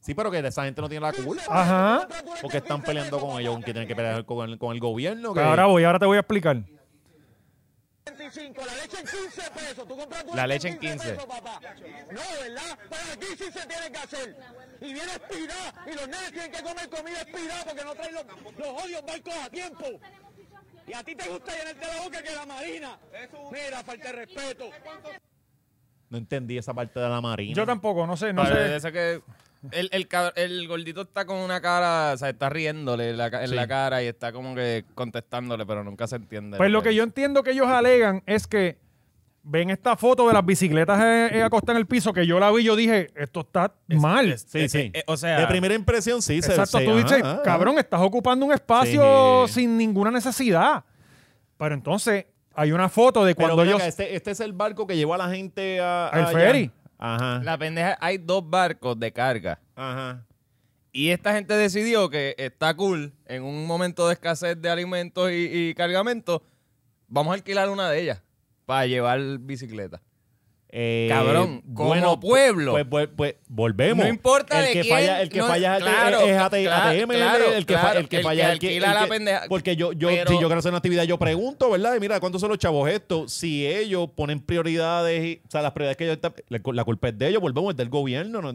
Sí, pero que esa gente no tiene la culpa. Ajá. Porque están peleando con ellos, aunque tienen que pelear con el, con el gobierno. Que Pero ahora voy, ahora te voy a explicar. 25, la leche en 15 pesos. Tú compras tu La leche en 15. pesos, papá. No, ¿verdad? Pero aquí sí se tiene que hacer. Y viene expirada. Y los nenes tienen que comer comida expirada porque no traen los, los odios barcos a tiempo. Y a ti te gusta llenarte la boca que la marina. Mira, falta de respeto. No entendí esa parte de la marina. Yo tampoco, no sé, no Vale, sé. de esa que el, el, cab- el gordito está con una cara, o sea, está riéndole en la, ca- en Sí. la cara y está como que contestándole, pero nunca se entiende. Pues lo que yo entiendo que ellos alegan es que ven esta foto de las bicicletas eh, eh, acostadas en el piso, que yo la vi, yo dije, esto está mal. Sí, sí. eh, o sea- de primera impresión sí se Exacto, se- tú ajá, dices, ajá. cabrón, estás ocupando un espacio Sí. sin ninguna necesidad. Pero entonces hay una foto de Pero cuando ven ellos... acá, este, este es el barco que llevó a la gente a. Al allá. ferry. Ajá. La pendeja, hay dos barcos de carga. Ajá. Y esta gente decidió que está cool en un momento de escasez de alimentos y, y cargamento. Vamos a alquilar una de ellas para llevar bicicleta. Eh, Cabrón, como pueblo. Pues, pues- pues, volvemos. No importa el de que quién, Falla, el que no- falla es, claro, es AT- claro, ATM, claro, el que, fa- claro, el que el falla que es el que. alquila el la que- pendeja. Porque yo, yo Pero- si yo quiero hacer una actividad, yo pregunto, ¿verdad? Y mira, ¿cuántos son los chavos estos? Si ellos ponen prioridades, y- o sea, las prioridades que ellos están. La, la culpa es de ellos, volvemos, es del gobierno. No,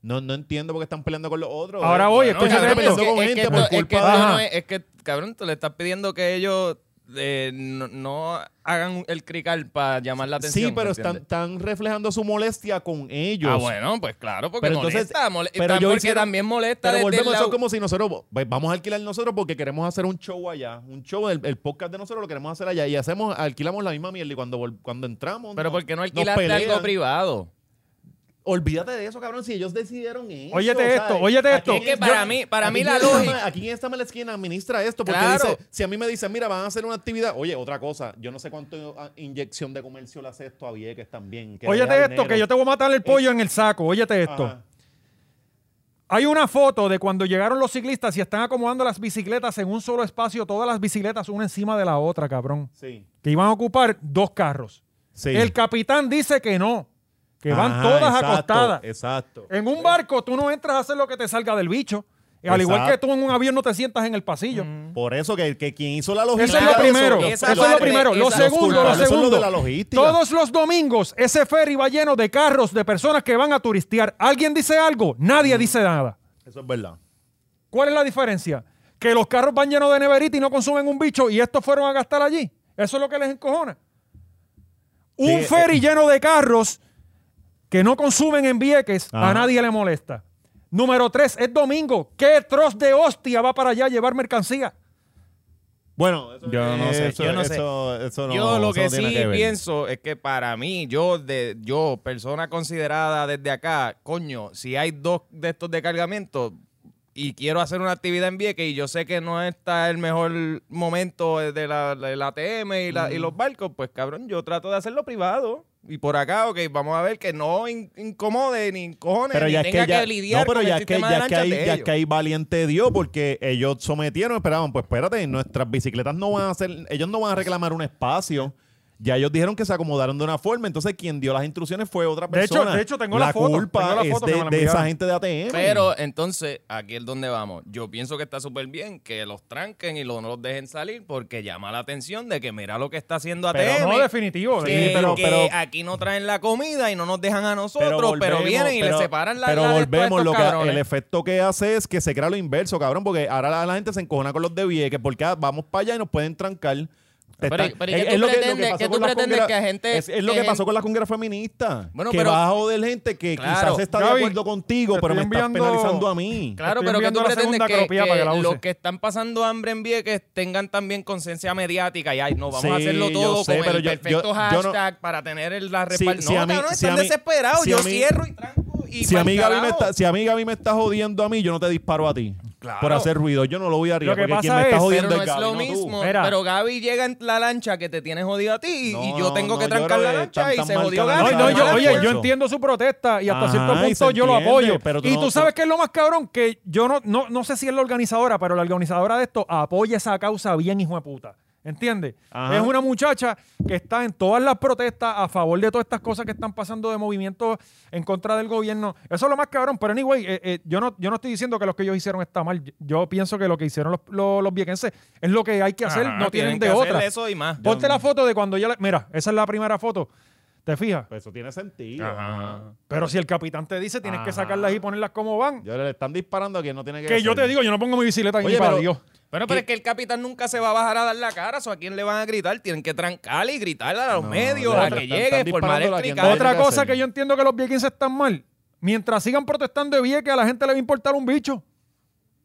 no, no entiendo por qué están peleando con los otros. Ahora voy, Bueno, escucha están esto. peleando es que- pues, con es gente que esto- por es que culpa esto de- no es- es que, cabrón, tú le estás pidiendo que ellos eh, no, no hagan el crical para llamar la atención. Sí, pero ¿me están, entiendes? están reflejando su molestia con ellos. Ah, bueno, pues claro, porque Pero entonces, molesta. mole- pero tam- yo porque hiciera- también molesta Pero desde el volvemos, eso lado- es como si nosotros pues, vamos a alquilar nosotros porque queremos hacer un show allá. Un show, el, el podcast de nosotros lo queremos hacer allá y hacemos, alquilamos la misma mierda y cuando, vol- cuando entramos. Pero nos- ¿por qué no nos alquilaste algo pelean. privado? Olvídate de eso, cabrón, si ellos decidieron eso. Óyete o sea, esto, óyete aquí- esto. Es que para mí- para mí la quién está lógica- mal- Aquí está mal es quien administra esto porque Claro. dice, si a mí me dicen, mira, van a hacer una actividad. Oye, otra cosa, yo no sé cuánto ah, inyección de comercio le hace esto a Vieques también. que le Óyete da esto, dinero. que yo te voy a matar el pollo en el saco. Óyete esto. Ajá. Hay una foto de cuando llegaron los ciclistas y están acomodando las bicicletas en un solo espacio, todas las bicicletas una encima de la otra, cabrón. Sí. Que iban a ocupar dos carros. Sí. El capitán dice que no, que van Ajá, todas exacto, acostadas. Exacto. En un barco tú no entras a hacer lo que te salga del bicho. Al igual que Exacto. tú en un avión no te sientas en el pasillo. Por eso que, que quien hizo la Eso logística. es lo Claro, primero. los- Eso esa es lo parte- primero. Lo esa- segundo, lo culpables son los segundo. de la logística. Todos los domingos ese ferry va lleno de carros, de personas que van a turistear. ¿Alguien dice algo? Nadie Mm. dice nada. Eso es verdad. ¿Cuál es la diferencia? Que los carros van llenos de neverita y no consumen un bicho y estos fueron a gastar allí. Eso es lo que les encojona. Un Sí, ferry lleno de carros que no consumen en Vieques, a Ajá. nadie le molesta. Número tres, es domingo. ¿Qué troz de hostia va para allá a llevar mercancía? Bueno, eso- Yo no sé, eso- eh, yo no sé. eso- eso no- yo lo eso que no sí tiene ver. pienso es que para mí, yo, de, yo, persona considerada desde acá, coño, si hay dos de estos de cargamento y quiero hacer una actividad en Vieques y yo sé que no está el mejor momento de la, de la ATM y, la- y los barcos, pues cabrón, yo trato de hacerlo privado. Y por acá, ok, vamos a ver que no in- incomode ni encojone Pero ni ya es tenga que que, ya, lidiar no, pero con ya el es que, sistema ya de es que lanchas ahí, de ya es ellos. que ahí valiente Dios porque ellos sometieron, esperaban, pues espérate, nuestras bicicletas no van a hacer, ellos no van a reclamar un espacio. Ya ellos dijeron que se acomodaron de una forma, entonces quien dio las instrucciones fue otra De hecho- persona. de hecho, tengo la foto, culpa tengo la es foto que de, me la de esa enviaron. gente de ATM. Pero entonces, aquí es donde vamos. Yo pienso que está súper bien que los tranquen y lo- no los dejen salir porque llama la atención de que mira lo que está haciendo ATM. Pero no, definitivo. Que, Sí, pero- que pero- aquí no traen la comida y no nos dejan a nosotros, pero, vienen y pero- le separan la Pero la de estos- volvemos, estos lo que, cabrones. el efecto que hace es que se crea lo inverso, cabrón, porque ahora la, la gente se encojona con los de Vieques porque ah, vamos para allá y nos pueden trancar. Te Pero- están- pero ¿y qué tú pretendes? ¿Qué pasó tú con las pretendes congra- que gente- es, es lo que que pasó gente- con la congrega feminista. Bueno, que pero- va a joder gente que Claro. quizás está Gaby, de acuerdo contigo, te pero me estoy estás enviando- penalizando a mí. Claro, Estoy pero que enviando tú la pretendes segunda que, cropía que para que la los use. que están pasando hambre en Vieques tengan también conciencia mediática y ay, no, vamos a Sí, hacerlo yo todo sé, con pero el yo- yo- perfecto yo no- hashtag para tener el- la Sí, respaldo. si no, a mí- si cabrón, a están mí- desesperados. si a yo mí- cierro y tranco y Si a, mí pa'l Gaby me carajo. está, si a mí Gaby me está jodiendo a mí, yo no te disparo a ti por hacer ruido. Yo no lo voy a arriba Lo que porque quien pasa me está es- jodiendo Pero no es es Gaby, lo no tú. mismo. Mira. Pero Gaby llega en la lancha que te tiene jodido a ti y, No, y yo tengo no, que yo trancar creo la que lancha están y tan se mal jodió No, Gaby. cabronados. no, yo- Ajá, oye, esfuerzo. yo entiendo su protesta y hasta Ajá, cierto y se punto yo lo entiende, apoyo. pero tú y no- tú sabes que es lo más cabrón, que yo no, no, no sé si es la organizadora, pero la organizadora de esto apoya esa causa bien, hijo de puta. ¿Entiendes? Ajá. Es una muchacha que está en todas las protestas a favor de todas estas cosas que están pasando de movimientos en contra del gobierno. Eso es lo más cabrón. Pero anyway, eh, eh, yo, no, yo no estoy diciendo que lo que ellos hicieron está mal. Yo- Yo pienso que lo que hicieron los, los, los viequenses es lo que hay que hacer. Ajá, no tienen, que de hacer otra. Eso y más. Ponte la foto de cuando ella... le- Mira, esa es la primera foto. ¿Te fijas? Pues eso tiene sentido. Ajá. Pero si el capitán te dice, tienes que Ajá. sacarlas y ponerlas como van. Yo le están disparando a quien no tiene que Que yo hacer. te digo, yo no pongo mi bicicleta aquí Oye, para pero- Dios. Bueno, pero es que el capitán nunca se va a bajar a dar la cara, o a quién le van a gritar, tienen que trancarle y gritarle a los medios, claro, a que están- llegue, están formar disparándole a quien explicar. Hay Otra que cosa hacer. que yo entiendo que los viequins están mal. Mientras sigan protestando de vieques, a la gente le va a importar un bicho.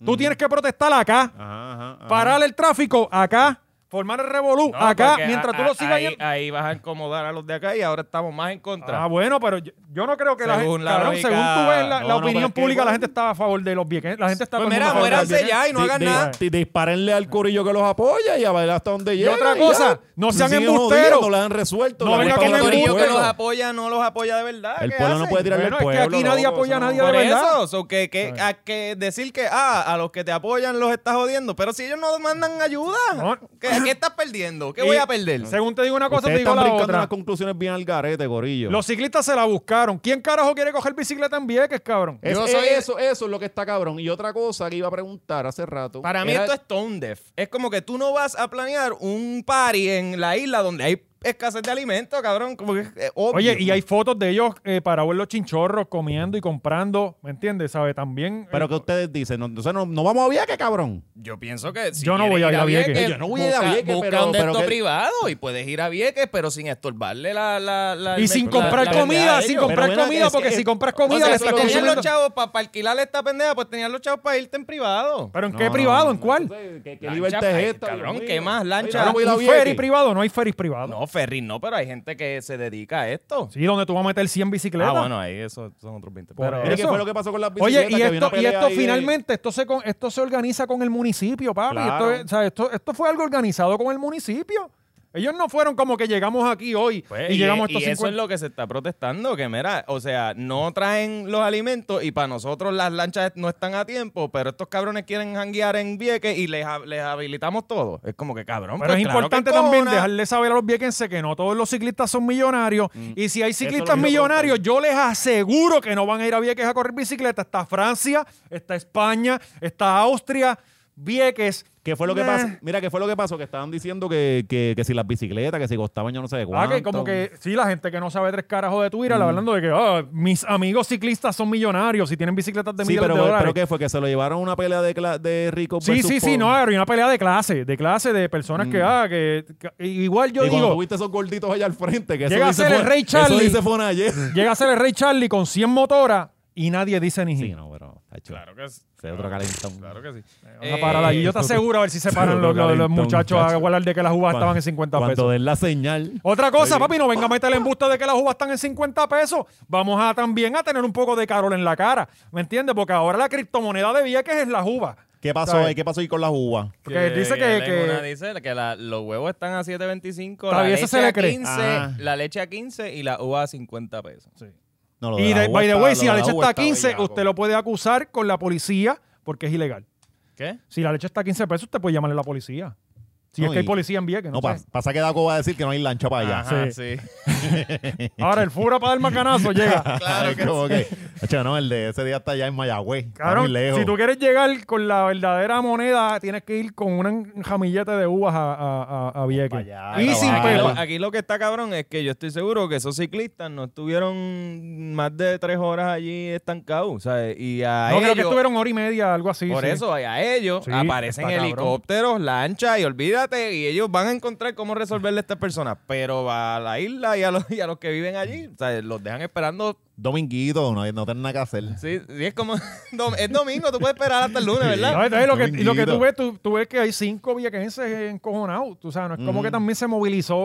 Tú tienes que protestar acá, Ajá, ajá, ajá. parar el tráfico acá, formar el revolú No, acá, porque mientras a- tú lo a- sigas... ahí, yendo- ahí vas a acomodar a los de acá y ahora estamos más en contra. Ah, bueno, pero yo, yo no creo que la Según gente... la cabrón, lógica- según tú ves la, No, la no, opinión pero es que pública, la igual- gente estaba a favor de los vieques. La gente está... Pues todo el mundo mira, a favor de los muéranse vieques. ya y no Di- hagan di- nada. di- Dispárenle al corillo que los apoya y a ver hasta donde llega. otra ya. cosa, no sean siguen embusteros. jodiendo, No la han resuelto. No la venga culpa con la el el tiene corillo que pueblo. los apoya no los apoya de verdad. El ¿qué pueblo no hacen? puede tirarle Bueno, al es que pueblo. aquí nadie loco, apoya a eso no- nadie de Por verdad. eso, so que, que- a que decir que ah, a los que te apoyan los estás jodiendo, pero si ellos no mandan ayuda, No. ¿qué, qué estás perdiendo? ¿Qué Y voy a perder? Según te digo una cosa, Ustedes te digo están la brincando otra. unas conclusiones bien al garete, corillo. Los ciclistas se la buscaron. ¿Quién carajo quiere coger bicicleta en Vieques, cabrón? eh, Es- Yo soy- eso, eso es lo que está cabrón. Y otra cosa que iba a preguntar hace rato. Para mí era- esto es tone deaf. Es como que tú no vas a planear un party en la isla donde hay escasez de alimentos, cabrón. Como que es eh, obvio. Oye, y hay fotos de ellos eh, parados en los chinchorros comiendo y comprando, ¿me entiendes? ¿Sabe? También. eh, Pero que ustedes dicen, no, entonces no, no vamos a Vieques, cabrón. Yo pienso que si Yo no quieres voy a ir a Vieques. Yo no voy a ir a busca- Vieques, busca pero- un de pero estos que- privado y puedes ir a Vieques, pero sin estorbarle la... la, la- y sin la- comprar la- la comida, pendeja de sin ellos. comprar Pero ven comida, acá, porque es que- si compras O comida sea, le si estás tenían consumiendo. los chavos para alquilarle esta pendeja, pues tenían los chavos para irte en privado. ¿Pero en No, qué no, privado? no, ¿En cuál? entonces, ¿Qué, qué Lancha, libertad ay, es esta? cabrón, Dios mío? ¿qué más? Oye, Lancha. yo no voy a ir a ¿Un Vieques. ferry privado? No hay ferries privados. No, ferry no, pero hay gente que se dedica a esto. Sí, donde tú vas a meter 100 bicicletas. Ah, bueno, ahí eso son otros 20 Por pero- Mira, ¿qué eso. fue lo que pasó con las Oye, bicicletas? y Que había esto, una y pelea esto ahí de- finalmente, esto, se con- esto se organiza con el municipio, papi. Claro. Esto, es- o sea, esto, esto fue algo organizado con el municipio. Ellos no fueron como que llegamos aquí hoy Pues, y, llegamos a y estos eso es 50. lo que se está protestando, que mira, o sea, no traen los alimentos y para nosotros las lanchas no están a tiempo, pero estos cabrones quieren janguear en Vieques y les, ha- les habilitamos todo. Es como que cabrón. Pero pues, es claro importante que también cojones. dejarle saber a los viequenses que no todos los ciclistas son millonarios. Y si hay Mm. Eso ciclistas lo quiero millonarios, yo les aseguro que no van a ir a Vieques a correr bicicleta. Está Francia, está España, está Austria, Vieques. ¿Qué fue lo que Nah. pasó? Mira, ¿qué fue lo que pasó? Que estaban diciendo que, que, que si las bicicletas, que si costaban yo no sé de Ah, cuánto. Mm. que como que, sí, la gente que no sabe tres carajos de Twitter, hablando de que ah, mis amigos ciclistas son millonarios y tienen bicicletas de Sí, miles pero, de dólares. pero ¿qué fue? Que se lo llevaron a una pelea de, cla- de rico Sí, sí, sí, no, era una pelea de clase, de clase de personas que, ah, que, que- igual yo Yo y digo, digo, Mm. cuando viste esos gorditos allá al frente, que Llega a eso dice ser el fue- Rey Charlie. Eso dice fue ayer. llega a ser el Rey Charlie con 100 motoras y nadie dice ni Sí, sí, no, pero está chulo. Claro que sí. Ese es otro calentón. Claro que sí. Eh, Vamos a parar ahí. Yo Eh, te aseguro a ver si se paran los, los- los calentón, muchachos a muchacho. igualar de que las uvas Cuando- estaban en 50 Cuando pesos. den la señal. Otra cosa, papi, no venga a meter el embuste de que las uvas están en 50 pesos. Vamos a también a tener un poco de Carol en la cara. ¿Me entiendes? Porque ahora la criptomoneda de Vieques es las uvas. ¿Qué pasó ¿Sabes? ahí? ¿Qué pasó ahí con las uvas? Porque dice que, la que- ninguna dice que la- los huevos están a 7.25, la Todavía eso leche se le a cree. 15, Ah. la leche a 15 y la uva a 50 pesos. No, lo de Y la de- uva by the está- way, lo si de la leche uva está a 15, bellaco. usted lo puede acusar con la policía porque es ilegal. ¿Qué? Si la leche está a 15 pesos, usted puede llamarle a la policía. Si No, es que hay y- policía en Vieques. No, No, pa- sé. pasa que Daco va a decir que no hay lancha para allá. Ajá, sí. Ahora el fura para dar macanazo llega. Claro que como que, Hacho, no, el de ese día está allá en Mayagüez. está Claro, muy lejos. si tú quieres llegar con la verdadera moneda, tienes que ir con un jamillete de uvas a, a, a- a Vieques. para allá, y sin caballo. Aquí lo, pepa. aquí lo que está cabrón es que yo estoy seguro que esos ciclistas no estuvieron más de tres horas allí estancados, ¿sabes? Y a No, creo que ellos- estuvieron hora y media, algo así. por sí. eso, a ellos Sí, aparecen está cabrón. helicópteros, lanchas y olvídate, y ellos van a encontrar cómo resolverle a estas personas. Pero a la isla y a los, y a los que viven allí, o sea, los dejan esperando. Dominguito, no, no tenés nada que hacer. Sí, sí, es como. dom- Es domingo, tú puedes esperar hasta el lunes, No, ¿verdad? entonces lo que, y lo que tú Dominguito. ves, tú, tú ves que hay cinco viequenses encojonados. Tú sabes, no es como que también se movilizó.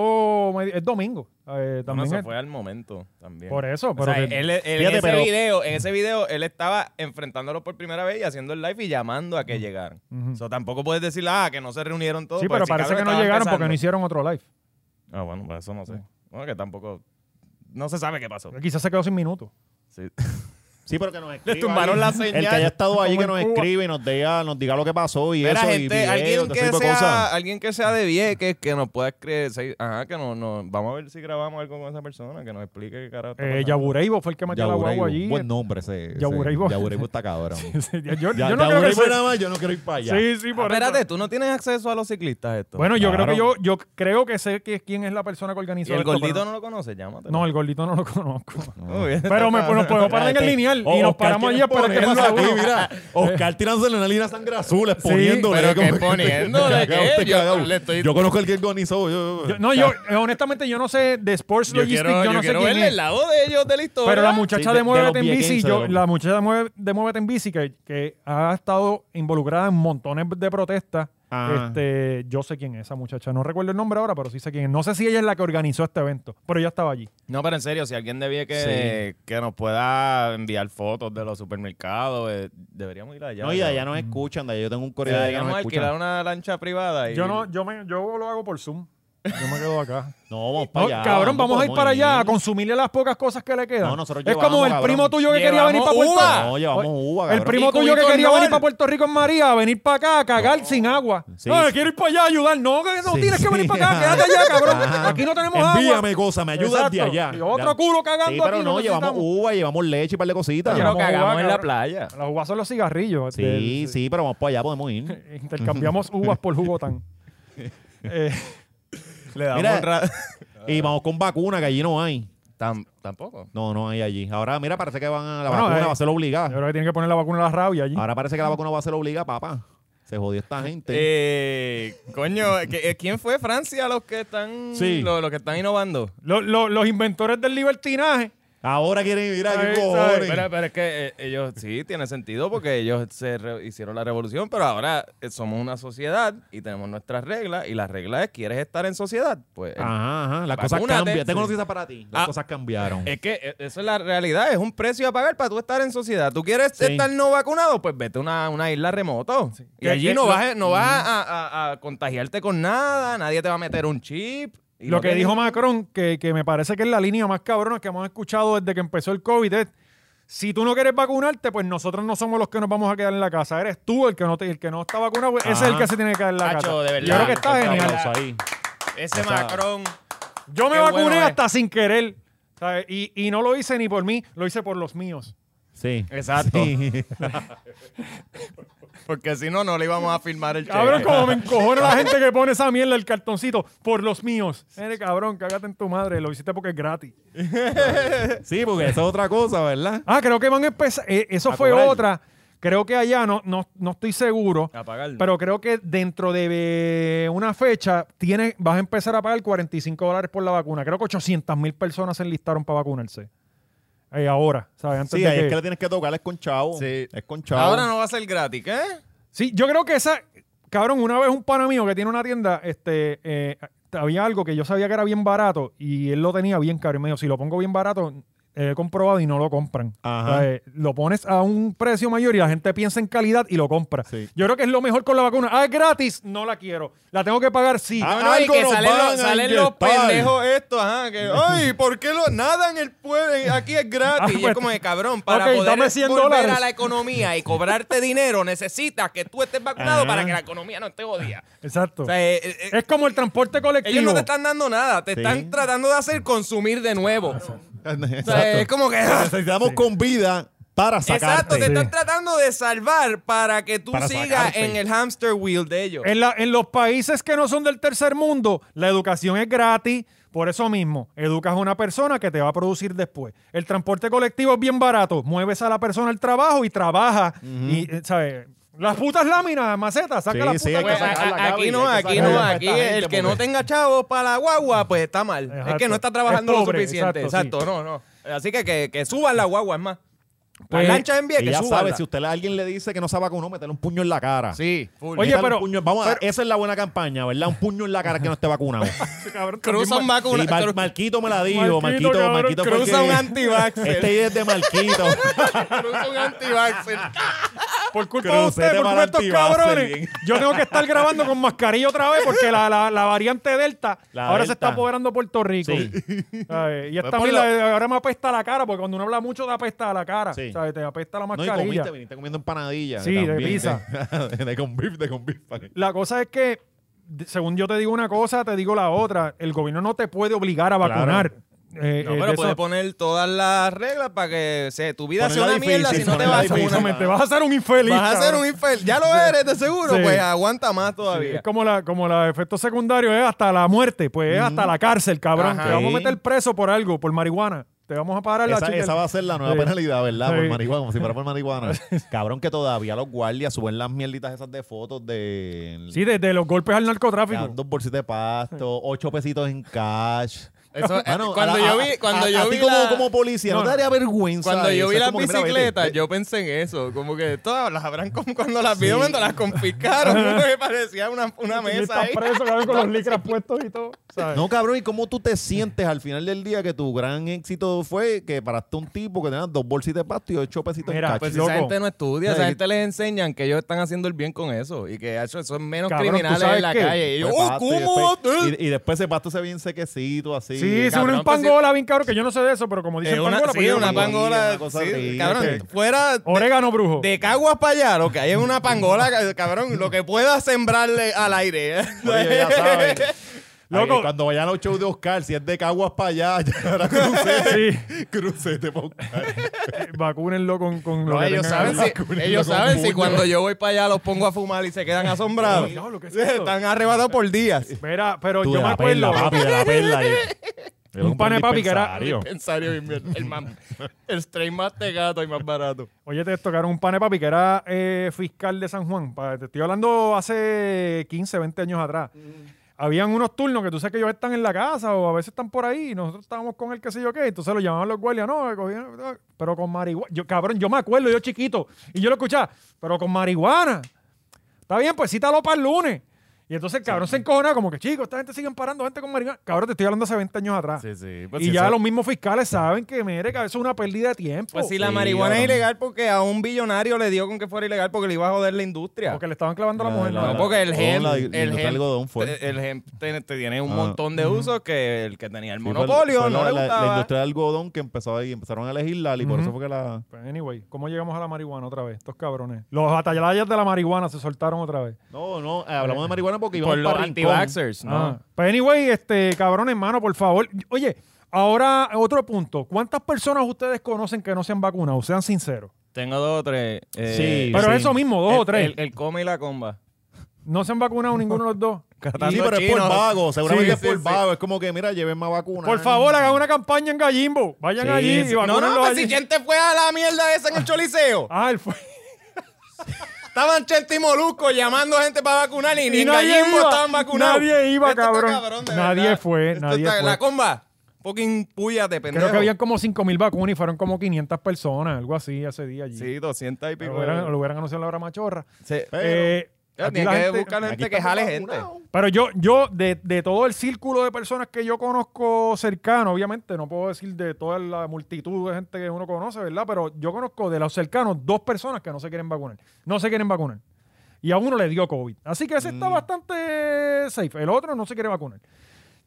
medi- Es domingo. eh, No también se es- fue al momento también. Por eso, O pero sea, que- él- él- en, Fíjate, ese pero- video, en ese video, él estaba enfrentándolo por primera vez y haciendo el live y llamando a que llegaran. Ujú. So, tampoco puedes decir, ah, que no se reunieron todos. Sí, porque pero si parece cabrón que no estaban llegaron porque no empezando. hicieron otro live. Ah, bueno, pues eso no sé. Bueno, que tampoco. No se sabe qué pasó. Quizás se quedó sin minutos. Sí. Sí, pero que nos escriba. tumbaron la alguien. señal. El que haya estado allí Como que en nos Cuba. escribe y nos diga, nos diga lo que pasó y Mira, eso. gente, y videos, alguien, todo que ese tipo de sea, cosas. alguien que sea de Vieques que nos pueda escribir. sí, Ajá, que no, no, vamos a ver si grabamos algo con esa persona, que nos explique qué carajo. pues, está Eh, pasando. Yabureibo fue el que metió la Yabureibo. guagua allí. eh. Buen nombre ese. ese- Yabureibo. Yabureibo está cabrón. yo, yo no creo Ya- que Yabureibo sea- nada más, yo no quiero ir para allá. Sí, sí, Ah, por eso. Espérate, tú no tienes acceso a los ciclistas esto. Bueno, yo creo Claro. que yo, yo creo que sé que quién es la persona que ¿Y organizó el esto, gordito pero- no lo conoce, llámate. No, el gordito no lo conozco. Muy bien. Pero me, nos podemos parar en el lineal Oh, y nos paramos allí a esperar que pase uno. Oscar tirándole una línea sangre azul, exponiéndole. pero como ¿qué que- poniéndole? Ya, ya, ¿Qué? usted Yo cagao. le estoy- Yo conozco al que organizó. yo- Yo- no, yo, eh, honestamente, yo no sé de Sports yo Logistics, quiero, yo no yo sé quiero quién verle es. el lado de ellos de la historia. Pero la muchacha Sí, de, de- de Muévete los en bici, viequenses, yo, de los- la muchacha de, Mueve- de Muévete en bici que, que ha estado involucrada en montones de protestas. Ah. Este, yo sé quién es esa muchacha. No recuerdo el nombre ahora, pero sí sé quién es. No sé si ella es la que organizó este evento, pero ella estaba allí. No, pero en serio, si alguien debía que, que nos pueda enviar fotos de los supermercados, eh, deberíamos ir allá. No, y de ¿no? allá nos escuchan, de allá yo tengo un correo de allá que Deberíamos nos alquilar escuchan. una lancha privada. Y... Yo no, yo me, yo lo hago por Zoom. Yo me quedo acá. No, vamos para No, allá. cabrón, vamos a ir podemos para allá a consumirle las pocas cosas que le quedan. No, nosotros es como llevamos, el cabrón. primo tuyo que quería Llevamos venir para Puerto uva. No, llevamos uva, El cabrón. primo Y tuyo que cubitos quería Nor. venir para Puerto Rico en María, a venir para acá a cagar sin agua. Sí, no, sí. quiero ir para allá a ayudar. No, que no Sí, tienes que sí. venir para acá, quédate allá, cabrón. Aquí no tenemos agua. Envíame cosa, me ayudas de Exacto. allá. Y otro culo cagando Sí, pero aquí, no no, llevamos necesitamos. uva, llevamos leche y un par de cositas. Llevamos- Pero vamos a cagamos jugar, en la cabrón. playa. Las uvas son los cigarrillos. Sí, Del- sí, pero vamos para allá, podemos ir. Intercambiamos uvas por jugotán. Eh, Le damos Mira. un ra- Y vamos con vacuna, que allí no hay. Tam- tampoco. No, no hay allí. Ahora, mira, parece que van a la Bueno, vacuna eh, va a ser yo obligada. creo que tienen que poner la vacuna a la rabia allí. Ahora parece que la vacuna va a ser obligada, papá. Se jodió esta gente. Eh, coño, ¿qué- eh, ¿quién fue Francia los que están Sí. los, los que están innovando? Lo- lo- los inventores del libertinaje. Ahora quieren ir a Ahí, qué ¿sabes? cojones. Pero, pero es que eh, ellos sí tiene sentido porque ellos se re- hicieron la revolución, pero ahora eh, somos una sociedad y tenemos nuestras reglas y las reglas es quieres estar en sociedad, pues eh, Ajá, ajá. Ah, Las cosas Vacúnate. cambian. Tengo Sí. noticias para ti. Las Ah. cosas cambiaron. es que eh, eso es la realidad, es un precio a pagar para tú estar en sociedad. ¿Tú quieres Sí. estar no vacunado? Pues vete a una, una isla remoto. Y Que- que allí no lo- vas, no vas a, a- a contagiarte con nada, nadie te va a meter un chip. y Lo no que tienes- dijo Macron, que, que me parece que es la línea más cabrona que hemos escuchado desde que empezó el COVID, es si tú no quieres vacunarte, pues nosotros no somos los que nos vamos a quedar en la casa. Eres tú el que no, te- el que no está vacunado, pues ese es el Ajá. que se tiene que quedar en la Tacho, casa. de verdad, Yo creo que está por favor. genial. Aplauso ahí. Ese Esa- Macron. Yo me Qué vacuné bueno es. hasta sin querer. ¿sabes? Y, y no lo hice ni por mí, lo hice por los míos. Sí. Exacto. Sí. Porque si no, no le íbamos a firmar el Cabrón, cheque. como me encojona la gente que pone esa mierda el cartoncito por los míos. Eres cabrón, cágate en tu madre, lo hiciste porque es gratis. Eh. Sí, porque eso es otra cosa, ¿verdad? Ah, creo que van a empezar. eh, eso A fue cobrar. otra. Creo que allá, no, no, no estoy seguro. A pagar. Pero creo que dentro de una fecha tiene, vas a empezar a pagar 45 dólares por la vacuna. Creo que 800 mil personas se enlistaron para vacunarse. Eh, ahora, ¿sabes? Antes Sí, de ahí que- es que le tienes que tocar, es con chavo. Sí. Es con chavo. Ahora no va a ser gratis, ¿qué? Sí, yo creo que esa. Cabrón, una vez un pana mío que tiene una tienda, este, eh, había algo que yo sabía que era bien barato y él lo tenía bien caro. Y me dijo, si lo pongo bien barato, eh, he comprobado y no lo compran. Ajá. O sea, eh, lo pones a un precio mayor y la gente piensa en calidad y lo compra. Sí. Yo creo que es lo mejor con la vacuna. Ah, es gratis, no la quiero. La tengo que pagar, sí. Ah, No, no, y Algo que nos salen, van los, a salen los inyectar. pendejos estos, ajá, que, ay, ¿por qué lo, nada en el pueblo, aquí es gratis? Ah, Y pues, es como de cabrón, para ok, poder dame 100 volver dólares. a la economía y cobrarte dinero, necesitas que tú estés vacunado Ajá. para que la economía no esté jodida. Exacto. O sea, eh, eh, eh, es como el transporte colectivo. ellos no te están dando nada, te Sí. están tratando de hacer consumir de nuevo. O Exacto. sea, es como que... Te necesitamos con vida para Exacto, sacarte. te están tratando de salvar para que tú Para sigas sacarte. en el hamster wheel de ellos. Eh, En, la- en los países que no son del tercer mundo, la educación es gratis. Por eso mismo, educas a una persona que te va a producir después. El transporte colectivo es bien barato. Mueves a la persona al trabajo y trabaja. Y, eh, ¿sabes? Las putas láminas, macetas, saca Sí, las putas. sí, hay que Pues, láminas. sacar. sacarla, a- a- aquí Gaby, no, hay que aquí sacarla no, a aquí esta gente, el que no porque- tenga chavos para la guagua, pues está mal. Es Exacto. que no está trabajando Es lo pobre, suficiente. exacto, Exacto, no, no. Así que que, que suban la guagua, es más. Pues, Las lanchas en vía Y que ya suban. sabes, si usted a alguien le dice que no se vacunó, meterle un puño en la cara. Sí, full. Oye, Métale un pero- puño- vamos a- esa es la buena campaña, ¿verdad? Un puño en la cara que no esté vacunado. Sí, Cabrón, cruza un también- vacuna. Mar- cru- Marquito me la dijo. Marquito, Marquito, cabrón, Marquito, este fue el cruza que- un antivaxer. Este idea es de Marquito. cruza un antivaxer. Por culpa de Crucete ustedes, por culpa de estos para adelante y cabrones. Vaseline. Yo tengo que estar grabando con mascarilla otra vez porque la, la- la variante Delta La ahora se Delta. está apoderando de Puerto Rico. Sí. ¿Sabes? Y esta Pues por mierda de- ahora me apesta la cara porque cuando uno habla mucho te apesta la cara. Sí. ¿sabes? Te apesta la No, y mascarilla. comiste, viniste comiendo empanadillas. Sí, de también, pizza. De, de con beef, de con beef. pa' que- La cosa es que, de- según yo te digo una cosa, te digo la otra. El gobierno no te puede obligar a vacunar. Eh, No, eh, pero de puedes eso- poner todas las reglas para que se, tu vida sea Ponerla una difícil, mierda si no te ponerla vas a difícil. vacunar. Exactamente, vas a ser un infeliz. Vas a ser cabrón. un infel. Ya lo eres, de seguro. Sí. Pues aguanta más Es todavía. como la, como la efecto secundario es hasta la muerte, pues es hasta la cárcel, cabrón. Ajá. Te vamos Sí. a meter preso por algo, por marihuana. Te vamos a parar la Esa, chica- esa va a ser la nueva Sí. penalidad, ¿verdad? Por Sí. marihuana, como si fuera por marihuana. Cabrón, que todavía los guardias suben las mierditas esas de fotos de. Sí, desde los golpes al narcotráfico. dan Dos bolsitas de pasto, ocho pesitos en cash. Eso- eh, Mano, cuando a la- yo a- vi, cuando a- yo a ti vi como, la- como policía, no, No, te daría vergüenza. Cuando yo eso? vi Es las como que, mira, vete, bicicletas, ve- yo pensé en eso. Como que todas las habrán como cuando las vi cuando las confiscaron. Me parecía una, una Y mesa estás ahí. preso, cabrón, con los licras puestos y todo. ¿sabes? No, cabrón, ¿y cómo tú te sientes al final del día que tu gran éxito fue que paraste un tipo que tenía dos bolsitas de pasto y ocho pesitos Mira, en pues, cash? loco. Esa gente no estudia, No, esa y- gente les enseñan que ellos están haciendo el bien con eso y que eso, eso es menos Cabrón, ¿tú criminales sabes en la qué? calle. Y yo, Pues, oh, pasto, y ¿cómo? después- Y, y después ese pasto se ve bien sequecito, así. Sí, es cabrón, una pues, sí. pangola bien cabrón, que yo no sé de eso, pero como Eh, dicen una, pangola, sí, pues yo una digo, pangola. una cosa sí, horrible. cabrón, Sí. fuera de, Orégano brujo. de caguas para allá, lo que hay es una pangola, ca- cabrón, lo que pueda sembrarle al aire. Oye, ya saben. Loco. Ay, cuando vayan a los shows de Oscar, si es de Caguas para allá, ya ahora crucete. Sí, Crucete para Oscar. eh, vacúnenlo con, con lo No, que ellos tengan saben, ahí. si, ellos con saben si puño. cuando yo voy para allá los pongo a fumar y se quedan asombrados. Diablo, ¿qué es esto? Están arrebatados por días. Mira, pero Tú yo de me la perla, acuerdo. papi, de la perla. ahí. Era Un pan de papi que era- dispensario. Pensario de invierno. El, más- el strain más de gato y más barato. Oye, te tocaron un pane, papi, que era eh, fiscal de San Juan. Pa- Te estoy hablando hace 15, 20 años atrás. Mm. Habían unos turnos que tú sabes que ellos están en la casa o a veces están por ahí y nosotros estábamos con el que sé yo qué. Entonces lo llamaban los guardias, no, cogían- pero con marihuana. Yo, cabrón, yo me acuerdo, yo chiquito, y yo lo escuchaba, pero con marihuana. Está bien, pues cítalo para el lunes. Y entonces el cabrón se encojona como que, chicos, esta gente sigue parando gente con marihuana. Cabrón, te estoy hablando hace 20 años atrás. sí. pues, y ya los mismos fiscales saben que, mire, que eso es una pérdida de tiempo. Pues si la Sí, marihuana es cabrón. ilegal porque a un billonario le dio con que fuera ilegal porque le iba a joder la industria. Porque le estaban clavando a la mujer. la- ¿no? no, porque el la- hemp, la- el la- el hemp- algodón fue. el hemp te, te tiene un Ah. montón de usos que el que tenía el Sí, fue- monopolio fue no la, le la- gustaba. la industria del algodón que empezó ahí, empezaron a elegirla y por eso fue que la. Pues, anyway, ¿cómo llegamos a la marihuana otra vez? Estos cabrones. Los atalayas de la marihuana se soltaron otra vez. No, no, eh, hablamos de marihuana porque íbamos por los para Rincón. anti-vaxxers, ¿no? Ah. Pues, anyway, este, cabrones, hermano, por favor. Oye, ahora otro punto. ¿Cuántas personas ustedes conocen que no se han vacunado? Sean sinceros. Tengo dos o tres. eh, Sí, Pero eso mismo, dos el- o tres. El, el come y la comba. No se han vacunado ninguno de los dos. Sí, pero es por vago, seguramente Sí, es sí, por sí. vago. Es como que, mira, lleven más vacunas. Por favor, hagan una campaña en Gallimbo. Vayan Sí, allí sí. y No, No, no, vacúnenlos pues allí. si gente fue a la mierda esa en el choliseo. Ah, el fue- Estaban Chente y Molusco llamando gente para vacunar y, ni Y en nadie Gallimbo iba. estaban vacunados. Nadie iba, Esto está cabrón. de Nadie verdad. fue, Esto nadie está- fue. La comba. Fucking puya de pendejo. Creo que habían como 5.000 vacunas y fueron como 500 personas, algo así, ese día allí. Sí, pues. 200 y Lo pico. hubieran, lo hubieran anunciado en la hora machorra. Sí. Eh, Ya, aquí tienen la que gente- buscar Aquí gente que estamos jale gente. vacunados. Pero yo, yo de, de todo el círculo de personas que yo conozco cercano, obviamente, no puedo decir de toda la multitud de gente que uno conoce, ¿verdad? Pero yo conozco de los cercanos dos personas que no se quieren vacunar. No se quieren vacunar. Y a uno le dio COVID. Así que ese está bastante safe. El otro no se quiere vacunar.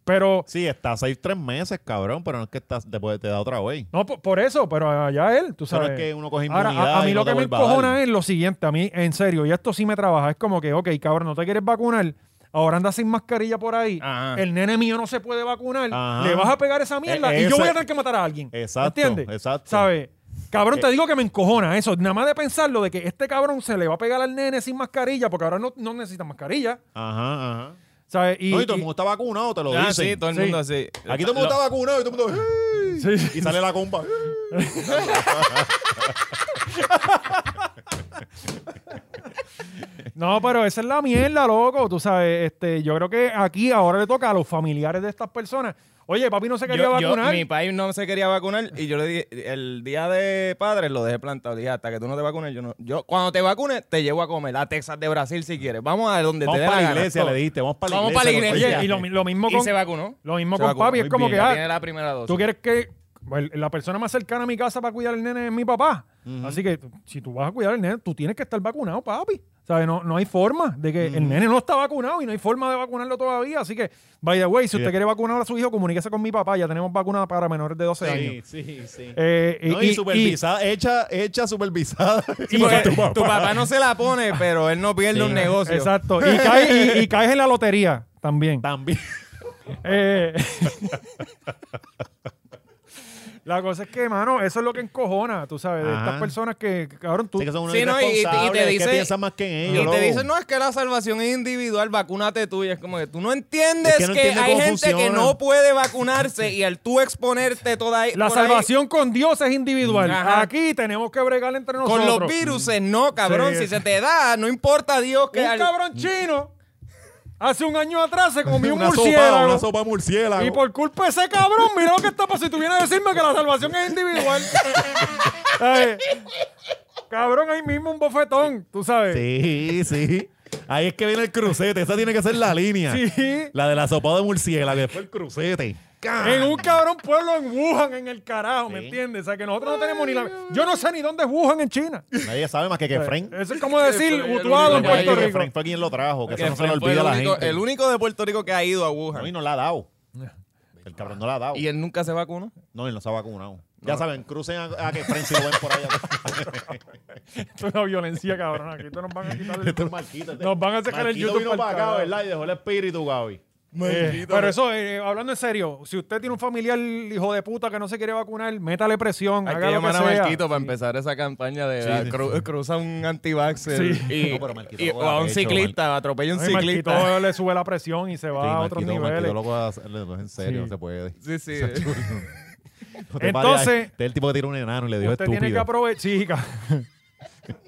Pero, Sí, está seis, tres meses, cabrón, pero no es que estás, te, puede- te da otra vez. no, por, por eso, pero allá él, tú Pero sabes. es que uno coge Ahora, inmunidad a, a mí y lo no te que me vuelve a dar. encojona es lo siguiente, a mí, en serio, y esto sí me trabaja, es como que, ok, cabrón, no te quieres vacunar, ahora andas sin mascarilla por ahí, Ajá. el nene mío no se puede vacunar, Ajá. le vas a pegar esa mierda y E- yo ese- voy a tener que matar a alguien. Exacto, ¿Entiendes? exacto. Eh. ¿Sabes? Cabrón, te digo que me encojona eso, nada más de pensarlo de que este cabrón se le va a pegar al nene sin mascarilla, porque ahora no, no necesita mascarilla, Ajá, ajá. ¿sabes? Y, no, y todo y- el mundo está vacunado, te lo Ah, dicen. sí, todo el mundo así. Aquí todo el mundo está vacunado y todo el mundo. "Ey". Sí. Y sale la compa. "Ey". No, pero esa es la mierda, loco. Tú sabes, este, yo creo que aquí ahora le toca a los familiares de estas personas. Oye, papi no se quería Yo- yo- vacunar. mi país no se quería vacunar y yo le dije, el día de padres lo dejé plantado. Le dije, hasta que tú no te vacunes, yo no. Yo, cuando te vacunes, te llevo a comer a Texas de Brasil si quieres. Vamos a donde Vamos te dé la para la gana. iglesia, le dijiste. Vamos para la Vamos iglesia. para la los iglesia. Oye, y lo, mi- lo mismo Y con. se vacunó. Lo mismo Se con vacunó, papi, es muy como bien. que, Ya ah, tiene la primera dosis. tú quieres que pues, el- la persona más cercana a mi casa para cuidar al nene es mi papá. Así que si tú vas a cuidar al nene, tú tienes que estar vacunado, papi. ¿Sabes? No, no hay forma de que el nene no está vacunado y no hay forma de vacunarlo todavía. Así que, by the way, si usted quiere vacunar a su hijo, comuníquese con mi papá. Ya tenemos vacuna para menores de 12 años. sí, sí. Eh, No, y, supervisada, hecha, hecha supervisada. Y Porque tu, papá. no se la pone, pero él no pierde un negocio. Exacto. Y caes, y- y caes en la lotería también. También. Eh, la cosa es que, mano, eso es lo que encojona, tú sabes, de Ajá. estas personas que, cabrón, tú... Sí, que son unos Sí, no, y- y- y te irresponsables, que dice- piensan más que en Y ellos. te loco. dicen, no, es que la salvación es individual, vacúnate tú. Y es como que tú no entiendes Es que que, no entiende hay cómo gente que funciona. no puede vacunarse y al tú exponerte toda ahí- la por ahí salvación con Dios es individual. Ajá. Aquí tenemos que bregar entre nosotros. con los viruses, no, cabrón. Sí. Si se te da, no importa Dios que. Un al- cabrón chino hace un año atrás se comió un Mm. una sopa, murciélago. una sopa murciélago. y por culpa de ese cabrón, mira lo que está pasando. Si tú vienes a decirme que la salvación es individual. ¿Sabes? Cabrón, ahí mismo un bofetón, tú sabes. Sí, sí. Ahí es que viene el crucete. Esa tiene que ser la línea. Sí. La de la sopa de murciélago. Después el crucete. En un cabrón pueblo en Wuhan, en el carajo, ¿me entiendes? O sea, que nosotros no tenemos ni la... Yo no sé ni dónde es Wuhan en China. Nadie sabe más que que Fren. Mm. Eso es como decir Pero yo Utuado en lo único eh, Puerto Que Rico. Fren fue quien lo trajo. Que, que eso no se fue lo olvida el a la único- gente. El único de Puerto Rico que ha ido a Wuhan. No, y no la ha dado. El cabrón no la ha dado. Y él nunca se vacunó. No, él no se ha vacunado. Ya saben, crucen a, a que Fren si lo ven por allá. Esto es una violencia, cabrón. Aquí esto nos van a quitar el... Este es Marquito. Nos van a sacar el Marquito YouTube vino pa'l para acá, carajo. ¿verdad? Y dejó el espíritu, Gaby. Eh, pero eso, eh, hablando en serio, si usted tiene un familiar hijo de puta que no se quiere vacunar, métale presión, Hay haga que lo llamar que a sea. Marquito para empezar esa campaña de ah, cru- cruza un antivaxxer Sí. y, No, pero Marquito y- lo o a un ha hecho, ciclista, atropella a un Ay, Marquito ciclista. le sube la presión y se va a Ah, otros niveles. loco, hazlo en serio, Sí. no se puede. Sí, sí. No te pares, Entonces- este es el tipo que tira un enano y le dijo Usted tiene que estúpido. aprovechar. Sí, cabrón.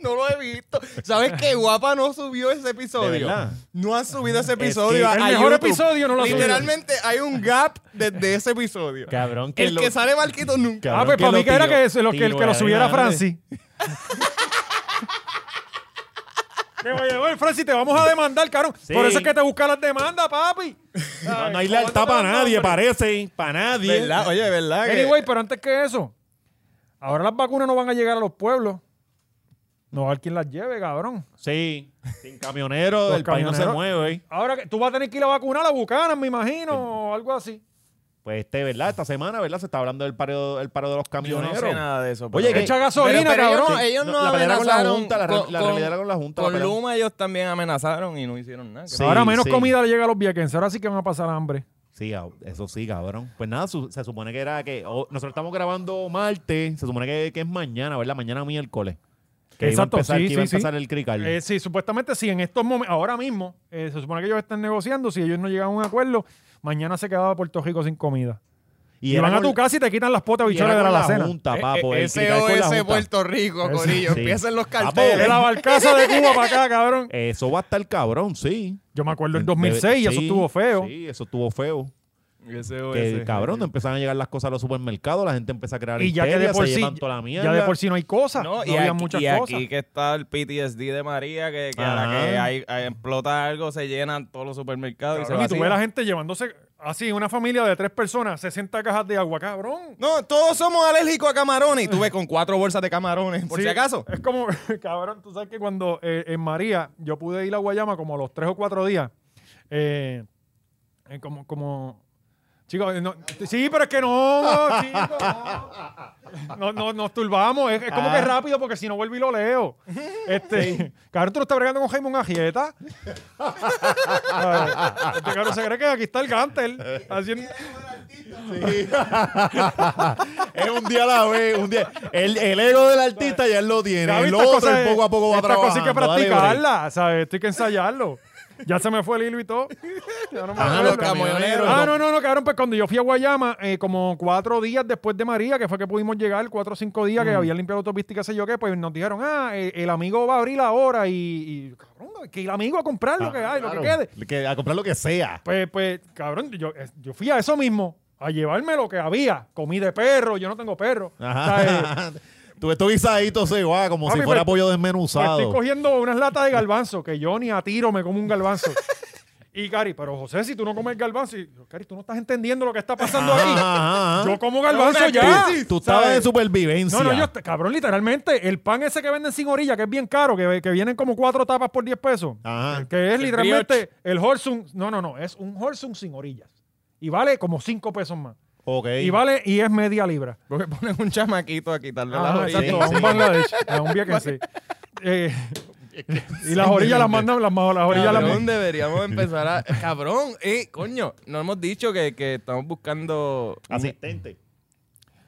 No lo he visto. ¿Sabes qué? Guapa no subió ese ¿De episodio. verdad? No ha subido ese episodio. el a- a mejor YouTube. episodio no lo ha subido. Literalmente hay un gap desde ese episodio. Cabrón, que El lo- que sale Marquito nunca. Ah, Cabrón, pues que para mí lo eh, que era tiró- que, eso, lo que el tiró que lo ahí, subiera madre. Francis. que vaya, oye, Francis, te vamos a demandar, cabrón. Por eso es que te busca las demandas, papi. No, no Ay, hay lealtad para aguántate nadie, los nombres. parece. Para nadie. ¿Verdad? Oye, ¿verdad? que- Anyway, pero antes que eso, ahora las vacunas no van a llegar a los pueblos. No va a haber quien las lleve, cabrón. Sí. Sin camioneros, Los el país no se camioneros. mueve. Ahora que tú vas a tener que ir a vacunar a Bucanas, me imagino, o algo así. Pues este, ¿verdad? Esta semana, ¿verdad? Se está hablando del paro, el paro de los Yo camioneros. no sé nada de eso. Oye, pero- que Echa gasolina, ellos cabrón. no- ellos No, no la pelea con la amenazaron Junta, la re- la realidad con la Junta, la Con pelea. Luma ellos también amenazaron y no hicieron nada. Sí. ahora menos sí. comida le llega a los viequenses. Ahora sí que van a pasar hambre. Sí, gab- eso sí, cabrón. Pues nada, su- se supone que era que. o- nosotros estamos grabando martes, se supone que, que es mañana, ¿verdad? Mañana miércoles. Que Exacto, iba a empezar, sí, que iba a sí, sí. empezar el crical. Eh, sí, supuestamente sí, en estos momentos, ahora mismo, eh, se supone que ellos están negociando, si ellos no llegan a un acuerdo, mañana se quedaba Puerto Rico sin comida. Y, era van a con- tu casa y te quitan las potas y era bichones de la con alacena. Junta, Eh, papo. eh, el crical con la SOS Junta. Puerto Rico, Ese- Corillo. sí. Empiezan los Papo, De carteles. la barcaza de Cuba para acá, cabrón. Eso va a estar cabrón, sí. Yo me acuerdo en En- 2006 y eso sí, estuvo feo. Sí, eso estuvo feo. SOS. Que, cabrón, no empezaban a llegar las cosas a los supermercados, la gente empieza a crear Y ya que de histeria, por se sí, llevan toda la mierda. ya de por sí no hay cosas, no, No, y, había aquí, muchas y cosas. aquí que está el PTSD de María, que, que a la Ajá. que hay- hay- explota algo, se llenan todos los supermercados y se Cabrón, y tú ves vacían. la gente llevándose así, una familia de tres personas, 60 cajas de agua, cabrón. No, todos somos alérgicos a camarones. Y tú ves con cuatro bolsas de camarones, por Sí, si acaso. Es como, cabrón, tú sabes que cuando eh, en María yo pude ir a Guayama como a los tres o cuatro días. eh, eh, como, como. Chicos, eh, no- sí, pero es que no, chicos, no. No, no, nos turbamos. Es, es como Ah. que rápido porque si no vuelvo y lo leo. Este, cabrón, tú no estás bregando con Jaime Agieta. este cabrón se cree que aquí está el Gantel. Haciendo... Es un día a la vez, un día. El, el ego del artista ya él lo tiene. Gaby, El estas otro cosas- él poco a poco va estas cosas trabajando. hay que dale break. practicarla, ¿sabes? Esto hay que ensayarlo. Ya se me fue el hilo y todo. Ya no me Ajá, acuerdo. los camioneros. Ah, no, no, no, cabrón. Pues cuando yo fui a Guayama, eh, como cuatro días después de María, que fue que pudimos llegar, cuatro o cinco días Mm. que había limpiado autopista y qué sé yo qué, pues nos dijeron, ah, eh, el amigo va a abrir ahora y, y, cabrón, que el amigo a comprar lo que hay, lo que Ah, Claro, quede. que a comprar lo que sea. Pues, pues, cabrón, yo, eh, yo fui a eso mismo, a llevarme lo que había. Comí de perro, yo no tengo perro. ¿Sabes? Ajá. Tú estos guisaditos se va como Papi, si fuera pues- pollo Pues estoy desmenuzado. cogiendo unas latas de garbanzo, que yo ni a tiro me como un garbanzo. Y Cari, pero José, si tú no comes garbanzo, y yo, Cari, tú no estás entendiendo lo que está pasando ahí. Ajá, ajá. Yo como garbanzo ya. Tú, tú estabas ¿sabes? de supervivencia. No, no, yo, cabrón, literalmente, el pan ese que venden sin orilla, que es bien caro, que, que vienen como cuatro tapas por 10 pesos, eh, Ajá. que es literalmente el Horsum, no, no, no, es un Horsum sin orillas. Y vale como 5 pesos más. Ok. Y vale, y es media libra. Porque ponen un chamaquito a quitarle Ajá, las orillas. exacto, a un Bangladesh, a un Viequense. Eh, y las orillas las mandan, las, ma- las orillas las Cabrón, mandan. deberíamos empezar a... Cabrón, eh, coño, no hemos dicho que, que estamos buscando... Asistente.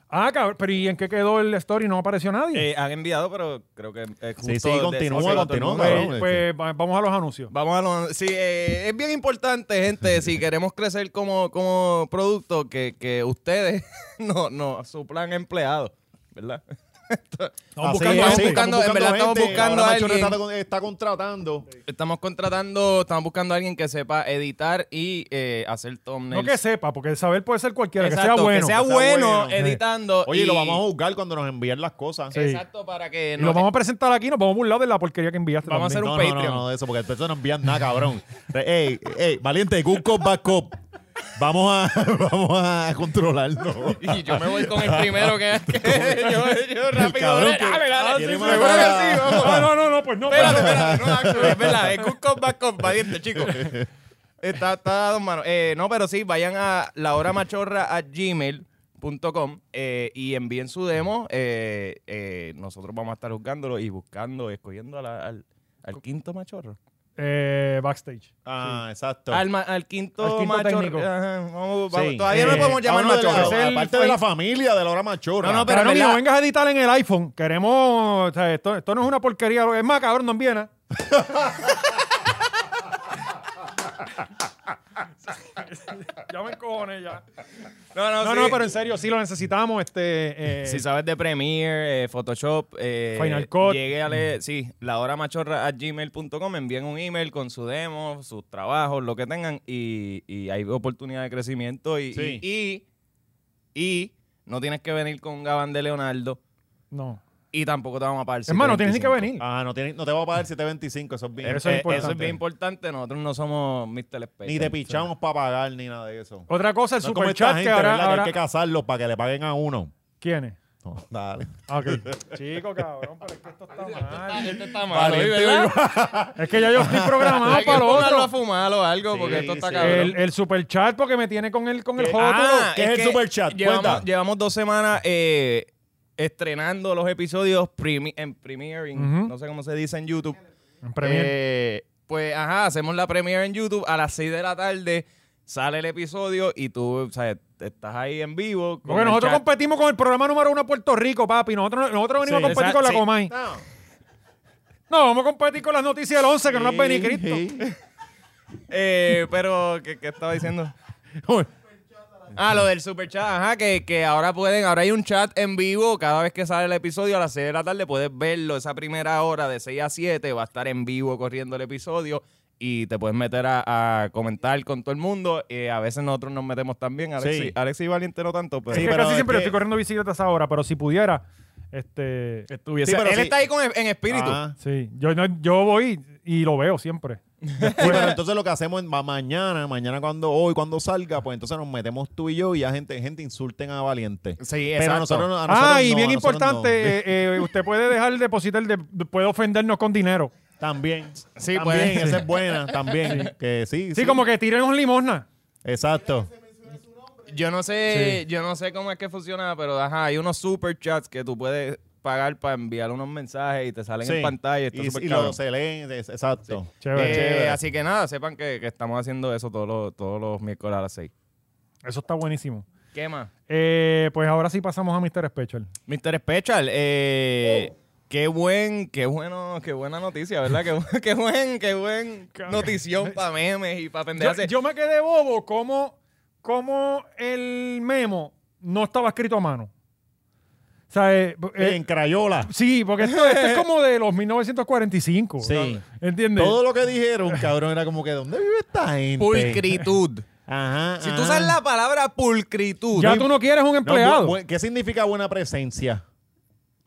Ah, cabrón, pero ¿y en qué quedó el story? No apareció nadie. Eh, han enviado, pero creo que es justo... Sí, sí, de- continúa, sí, continúa, todo el mundo. Pues- cabrón, pues este. va- vamos a los anuncios. Vamos a lo... Sí, eh, es bien importante, gente, si queremos crecer como, como producto, que, que ustedes no, no suplan empleados, ¿verdad? Estamos buscando- estamos buscando- en verdad estamos buscando a alguien. Está, con- está contratando. Estamos contratando, estamos buscando a alguien que sepa editar y eh, hacer No thumbnails. que sepa, porque saber puede ser cualquiera, Exacto, que sea bueno. eh. bueno bueno. editando. Oye, y- lo vamos a juzgar cuando nos envíen las cosas. Sí. Exacto, para que Y lo vamos a presentar aquí, nos vamos a burlar de la porquería que enviaste. Vamos a también. hacer un no, No, Patreon. no, no, de eso, porque después no envían nada, cabrón. ey, ey, valiente, good cop, bad cop. Vamos a, vamos a controlarnos. Y yo me voy con el primero que, que- yo, yo rápido. cabrón Dale, que- dale, dale, tiene Ah, sí, más seguro cara. que sí, vamos. Ah, no, no, no, pues no. Espérate, espérate. espérate, no, actually, es verdad, es good cop, bad cop, valiente, chicos. Está, está dos manos. Eh, no, pero sí, vayan a la hora machorra a gmail.com eh, y envíen su demo. eh, eh, nosotros vamos a estar juzgándolo y buscando, escogiendo a la- al, al quinto machorro. Eh, backstage. Ah, exacto. Al, ma- al quinto, Al quinto machorro. técnico. Ajá, vamos- Sí. vamos. Todavía no Eh, lo podemos llamar Hablo de la- machorro. es el- Aparte de la familia, de la hora machorra. No, no, Pero Pero no, en ni la- no vengas a editar en el iPhone. Queremos. O sea, esto, esto no es una porquería. Es más, cabrón, no envíen nada. ya me encojones ya. No, no, No, sí. no, pero en serio, sí lo necesitamos. Este, eh, Si sabes de Premiere, eh, Photoshop, eh, Final Cut. llégueale- sí, la hora machorra a gmail.com, envíen un email con su demo, sus trabajos, lo que tengan, y, y hay oportunidad de crecimiento. Y, Sí. y, y, y no tienes que venir con un gabán de Leonardo, no. y tampoco te vamos a pagar. Es más, no tienes ni que 725. venir. Ah, no, tiene- no te voy a pagar 725, eso es bien. Eso es Eh, importante. Eso es bien importante, nosotros no somos Mr. Space. Ni te pichamos para pagar ni nada de eso. Otra cosa, el No es como esta superchat gente, que ahora. ¿verdad? Que ahora- hay que casarlos para que le paguen a uno. ¿Quién es? No, dale. Ah, Ok. Chico, cabrón, pero es que esto está mal. Este está malo, Valiente, ¿verdad? Es que ya yo estoy programado Hay que para lo ponerlo a Ah, otro. fumar o algo, Sí, porque esto está sí. cabrón. El, el super chat porque me tiene con el con el Eh, ¿Qué? joto. Ah, ¿Qué es el super chat? Llevamos, Cuenta. llevamos dos semanas eh, estrenando los episodios premi- en premiering, Ujú. no sé cómo se dice en YouTube. En Premiere. Eh, pues, ajá, hacemos la premiere en YouTube a las 6 de la tarde. Sale el episodio y tú, o sea, estás ahí en vivo. con porque el nosotros chat. competimos con el programa número uno de Puerto Rico, papi. Nosotros, nosotros venimos Sí, a competir exacto, con la sí. Comay. No, vamos a competir con las noticias del 11 que no las ve ni Cristo. Eh, pero, ¿qué, qué estaba diciendo? Ah, lo del super chat, ajá, que, que ahora pueden, ahora hay un chat en vivo, cada vez que sale el episodio a las 6 de la tarde puedes verlo, esa primera hora de 6 a 7 va a estar en vivo corriendo el episodio y te puedes meter a, a comentar con todo el mundo, eh, a veces nosotros nos metemos también, Alexi, Sí. Alexi Valiente no tanto, pero... es que pero casi es siempre que- estoy corriendo bicicletas ahora, pero si pudiera, este. O Estuviese. sea, él está ahí con, en espíritu. Ajá. Sí, yo, no- yo voy y lo veo siempre. Sí, pero entonces lo que hacemos es ma- mañana, mañana cuando hoy, cuando salga, pues entonces nos metemos tú y yo y a gente, gente insulten a Valiente. Sí, Pero a exacto. nosotros, no- a nosotros Ah, y no, bien a nosotros no. importante, eh, eh, usted puede dejar de depositar, de- puede ofendernos con dinero. También. Sí, también, pues. esa es buena, también. Que sí, Sí, como que tírenos limosna. Exacto. Yo no sé, yo no sé cómo es que funciona, pero ajá, hay unos super chats que tú puedes pagar para enviar unos mensajes y te salen Sí. en pantalla. Está Y, súper y cabrón. lo se leen, es- exacto. Chévere, Eh, chévere. Así que nada, sepan que, que estamos haciendo eso todos los, todos los miércoles a las 6. Eso está buenísimo. ¿Qué más? Eh, pues ahora sí pasamos a Mr. Special. Mr. Special, eh, qué buen, qué bueno, qué buena noticia, ¿verdad? qué, bu- qué buen, qué buen notición para memes y para Yo, pendejas. yo me quedé bobo como, como el memo no estaba escrito a mano. O sea, eh, eh, en Crayola. sí, porque esto, esto es como de los 1945. Sí. ¿no? ¿Entiendes? Todo lo que dijeron, cabrón, era como que ¿dónde vive esta gente? Pulcritud. Ajá. si tú ajá. usas la palabra pulcritud, ya tú no quieres un No, empleado. bu- bu- ¿Qué significa buena presencia?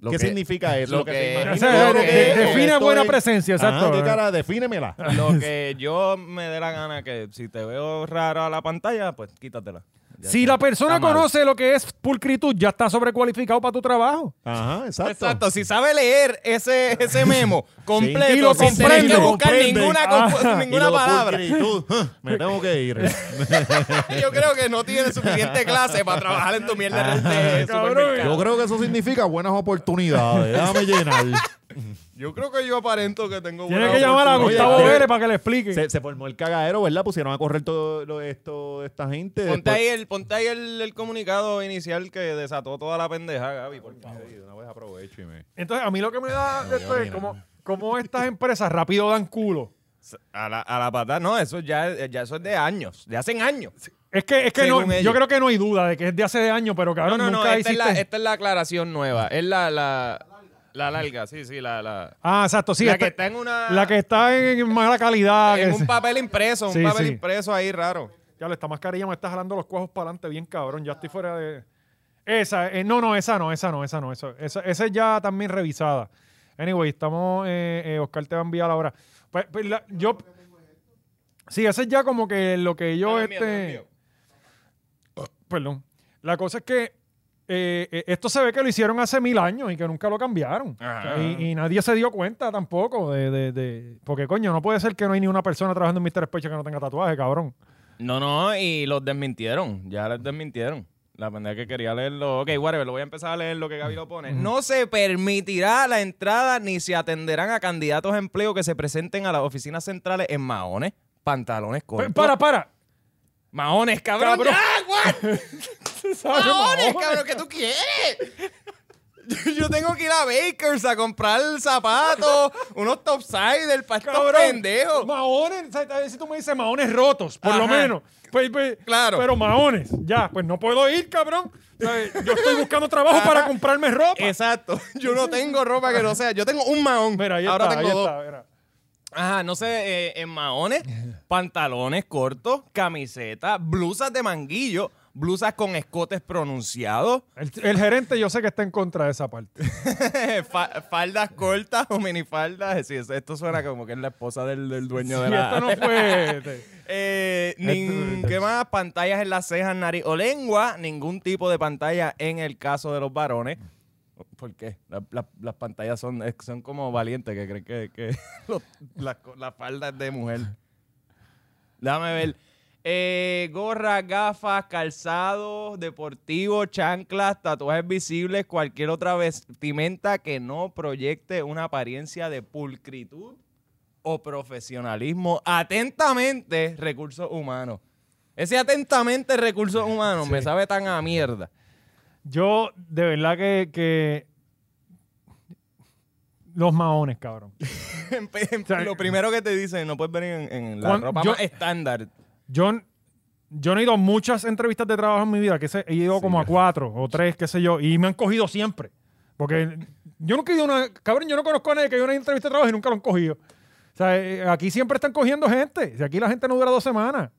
¿Qué significa eso? lo que- te O imaginas, sea, lo de- que de- es, lo que define estoy- buena presencia, Ajá, exacto. ¿Qué cara? Defínemela. Lo que yo me dé la gana, que si te veo raro a la pantalla, pues quítatela. Ya Si está. la persona Está mal. conoce lo que es pulcritud, ya está sobrecualificado para tu trabajo. Ajá, exacto. Exacto, si sabe leer ese, ese memo completo, Y lo sin tener comprende. que buscar Comprende. ninguna, Ah. compu- Y ninguna lo de palabra. pulcritud, me tengo que ir. Yo creo que no tiene suficiente clase para trabajar en tu mierda de- de Cabrón. supermercado. Yo creo que eso significa buenas oportunidades. Déjame llenar. Yo creo que yo aparento que tengo Tiene buena que llamar a oportunidad. Gustavo Oye, Vélez para que le explique. se, se formó el cagadero, ¿verdad? Pusieron a correr todo lo- esto esta gente. Ponte Después- ahí, el, ponte ahí el, el comunicado inicial que desató toda la pendeja, Gaby. Porque... Una vez aprovecho y me- Entonces, a mí lo que me da de esto es como, como estas empresas rápido dan culo. A la, a la patada, no, eso ya, ya eso es de años, de hacen años. Es que, es que no, Según yo ellos. creo que no hay duda de que es de hace de años, pero No, cabrón, no, no, Ah, nunca esta, es la, hiciste- esta es la aclaración nueva. Es la, la, la larga, sí, sí, la, la, Ah, exacto, sí. la esta- que está en una... la que está en, en mala calidad. en Ah, que un se- papel impreso, un Sí, papel sí. impreso ahí raro. Ya, esta mascarilla me está jalando los cuajos para adelante, bien cabrón. Ya estoy fuera de. Esa, eh, no, no, esa no, esa no, esa no. Esa, esa, esa es ya también revisada. Anyway, estamos. eh, eh, Oscar te va a enviar ahora. Pues, pues, la- yo. Sí, esa es ya como que lo que yo. No, es mío, este, no es mío. Perdón. La cosa es que. eh, eh, esto se ve que lo hicieron hace mil años y que nunca lo cambiaron. Ajá. O sea, Y, y nadie se dio cuenta tampoco de, de- de- Porque, coño, no puede ser que no hay ni una persona trabajando en Mr. Especho que no tenga tatuaje, cabrón. No, no, y los desmintieron. Ya les desmintieron. La pendeja que quería leerlo. Ok, whatever, lo voy a empezar a leer lo que Gaby lo pone. No se permitirá la entrada ni se atenderán a candidatos a empleo que se presenten a las oficinas centrales en maones, pantalones Pe- cortos. Para, para. Maones, cabrón. Cabrón. ¡Ah, what! ¿Sabes? Maones, Mahomes. cabrón, ¿qué tú quieres? Yo- Yo tengo que ir a Bakers a comprar zapatos, unos topsiders para estos Cabrón. pendejos. Mahones, o sea, tal vez si tú me dices maones rotos, por lo Ajá. menos. Pues, pues, Claro. Pero maones, ya, pues no puedo ir, cabrón. O sea, Yo estoy buscando trabajo Ajá. para comprarme ropa. Exacto. Yo no tengo ropa que no sea. Yo tengo un maón. Mira, ahí Ahora está, tengo ahí dos. está. mira. Ajá, no sé, eh, en maones, pantalones cortos, camisetas, blusas de manguillo, blusas con escotes pronunciados, El, el gerente yo sé que está en contra de esa parte. fa- faldas cortas o minifaldas. Sí, eso- esto suena como que es la esposa del, del dueño de y la... esto no fue... este. te- Eh, nin- ¿Qué más? Pantallas en las cejas, nariz o lengua. Ningún tipo de pantalla en el caso de los varones. ¿Por qué? La- la- las pantallas son, es- son como valientes que creen que, que los- las co- las faldas de mujer. Déjame ver. Eh, gorra, gafas, calzados, deportivos, chanclas, tatuajes visibles, cualquier otra vestimenta que no proyecte una apariencia de pulcritud o profesionalismo. Atentamente, recursos humanos. Ese atentamente, recursos humanos, me sabe tan a mierda. Yo, de verdad que... que- Los maones, cabrón. Empe- em- sea, Lo primero que te dicen, no puedes venir en, en la Cuan- ropa yo- más estándar. Yo, yo no he ido a muchas entrevistas de trabajo en mi vida, que sé- he ido como a cuatro o tres, qué sé yo, y me han cogido siempre. Porque yo nunca he ido a una. Cabrón, yo no conozco a nadie que haya ido a una entrevista de trabajo y nunca lo han cogido. O sea, eh, aquí siempre están cogiendo gente. Si aquí la gente no dura dos semanas.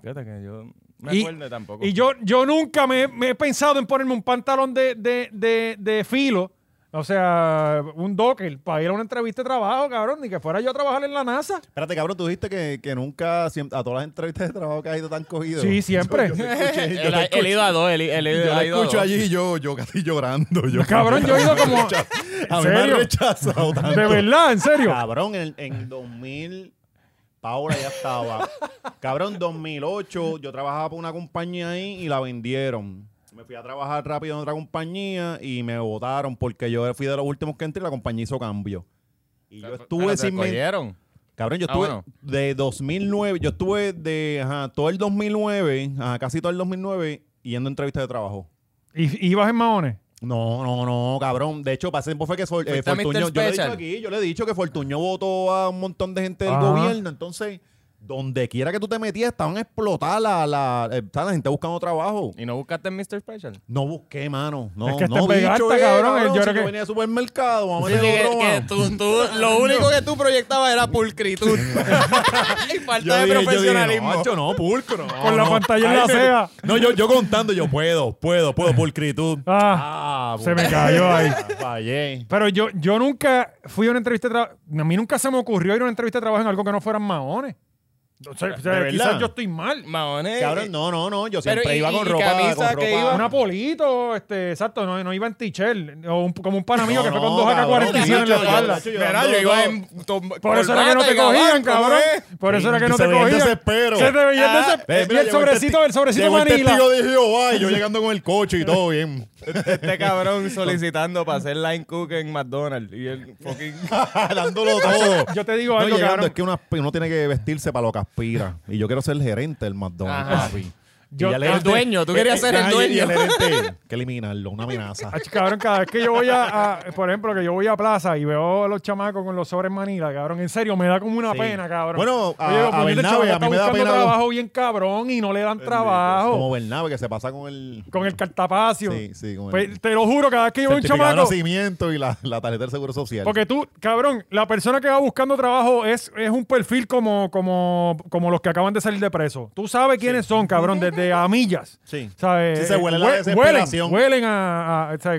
Fíjate que yo me Y- acuerdo tampoco. Y yo, yo nunca me, me he pensado en ponerme un pantalón de, de, de, de filo, o sea, un docker, para ir a una entrevista de trabajo, cabrón, ni que fuera yo a trabajar en la NASA. Espérate, cabrón, tú dijiste que, que nunca, siempre- a todas las entrevistas de trabajo que has ido tan cogido. Sí, siempre. El, el ido a dos, el, el- el- Yo la el ido a escucho dos. allí y yo, yo casi llorando. Yo, Cabrón, yo he ido como- A mí me han serio? rechazado tanto. De verdad, en serio. Cabrón, en, en 2000, Paola ya estaba. Cabrón, 2008, yo trabajaba para una compañía ahí y la vendieron. Me fui a trabajar rápido en otra compañía y me votaron porque yo fui de los últimos que entré y la compañía hizo cambio. Y yo estuve Pero te sin... men- cogieron. Cabrón, yo Ah, estuve bueno. de 2009, yo estuve de ajá, todo el 2009, ajá, casi todo el 2009 yendo a entrevistas de trabajo. ¿Y, ibas en maones? No, no, no, cabrón. De hecho, pasé tiempo fue que For- eh, Fuiste a Mr. Fortuño. Yo le, he dicho Special. aquí, yo le he dicho que Fortuño votó a un montón de gente del Ajá. gobierno. Entonces, Donde quiera que tú te metías, estaban explotadas la, la, eh, está la gente buscando trabajo. ¿Y no buscaste en Mr. Special? No busqué, mano. No, Es que no, está en Vegas, cabrón, yo si creo yo que- venía al supermercado, vamos a Sí, meter que- otro que más. tú- tú- lo único que tú proyectabas era pulcritud y Yo falta de dije- yo dije, profesionalismo. no, macho, no, pulcro, no, Con la no. pantalla en Ay, la me- ceja. No, yo, yo contando, yo puedo, puedo, puedo, pulcritud. Ah, Ah, se me cayó ahí. Fallé. Pero yo, yo nunca fui a una entrevista de trabajo. A mí nunca se me ocurrió ir a una entrevista de trabajo en algo que no fueran maones. O sea, o sea, ¿De quizás verdad? yo estoy mal. Mahones, Cabrón, no, no, no. Yo Eh, Pero, siempre ¿y- iba con y ropa. camisa con que ropa- iba? Un apolito, este, exacto, no, no iba en tichel. O un- como un pana mío No, que fue con no, dos cabrón, AK-47 en la bicho, espalda. yo- Verá, yo iba en tom- Por eso era que no corbata te y gabán, cogían, ¿cómo cabrón. es? Por eso era que no Se te veía el cogían. desespero. Eh, Se te veía el Ah, desespero. mira, y el llegó sobrecito, testi- el sobrecito llegó este el manila. testigo de Jehová y yo llegando con el coche y todo bien. Este cabrón solicitando para hacer line cook en McDonald's y el fucking Dándolo todo. Yo te digo No, algo, llegando, cabrón. es que uno, asp- uno tiene que vestirse para lo que aspira. Y yo quiero ser el gerente del McDonald's, Ajá. papi. Y Yo- ya el gerente- dueño, tú querías ser el Ajá, eh, y- y dueño. gerente, hay que eliminarlo, una amenaza. Ach, cabrón, cada vez que yo voy a, a- por ejemplo, que yo voy a plaza y veo a los chamacos con los sobres manila, cabrón, en serio, me da como una Sí. pena, cabrón. Bueno, a- Yo digo, a "Coño, este Bernabe, chamaco a mí está me da buscando pena- trabajo bien cabrón y no le dan trabajo. Como Bernabe que se pasa con el... Con el cartapacio. Sí, sí, con el- Pues, te lo juro, cada vez que yo veo un certificado de chamaco, nacimiento y la, la tarjeta del Seguro Social. Porque tú, cabrón, la persona que va buscando trabajo es, es un perfil como, como, como los que acaban de salir de preso. Tú sabes quiénes son, cabrón, desde a millas. Sí. ¿Sabes? Eh, Sí, se huele la Hue- desesperación. Huelen, huelen a... a- o sea,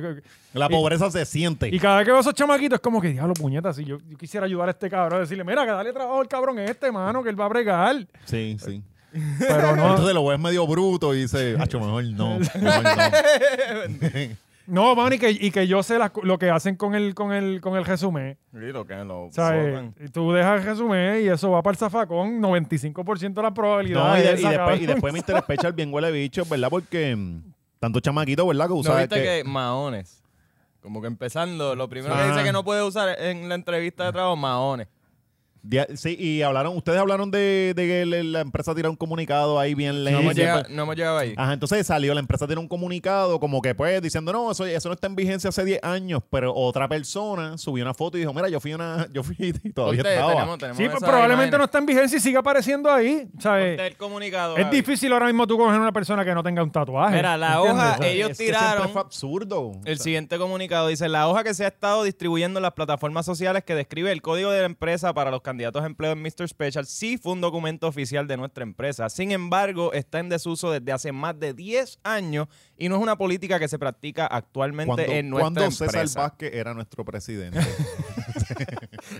la pobreza se siente. y cada vez que veo esos chamaquitos es como que, diablo, puñetas, si yo, yo quisiera ayudar a este cabrón, decirle, mira, que dale trabajo al cabrón este, mano, que él va a bregar. sí, sí. Pero no, Entonces lo ves medio bruto y dice, hacho, mejor no, mejor no. no, mano, y que, y que yo sé las co- lo que hacen con el, con el, con el resumen. Sí, lo que lo O sea, eh, botan. tú dejas el resumen y eso va para el zafacón, 95% de la probabilidad. No, y, de- de y esa, después, y cabrón. después Mr. Special bien huele bicho, ¿verdad? Porque mm, tanto chamaquito, ¿verdad? Que ¿No usaba viste que... Mahones? Como que empezando, lo primero que Ah. dice que no puede usar en la entrevista de trabajo, Mahones. Dia- Sí, y hablaron, ustedes hablaron de, de que le- la empresa tiró un comunicado ahí bien No lento. hemos llegado, no hemos llegado Ah, ahí. Ajá, entonces salió, la empresa tiró un comunicado como que pues diciendo, no, eso, eso no está en vigencia hace 10 años, pero otra persona subió una foto y dijo, mira, yo fui a una, yo fui y todavía Ustedes, estaba. tenemos- tenemos Sí, pues esas probablemente no imágenes. está en vigencia y sigue apareciendo ahí. O sea, eh, Ponte el comunicado. es Gaby. difícil ahora mismo tú coger una persona que no tenga un tatuaje. Mira, la ¿entiendes? hoja, O sea, ellos Es que siempre tiraron. fue absurdo. El siguiente comunicado dice, la hoja que se ha estado distribuyendo en las plataformas sociales que describe el código de la empresa para los candidatos a empleo en Mr. Special sí fue un documento oficial de nuestra empresa. Sin embargo, está en desuso desde hace más de 10 años y no es una política que se practica actualmente cuando, en nuestra cuando empresa. César Vázquez era nuestro presidente.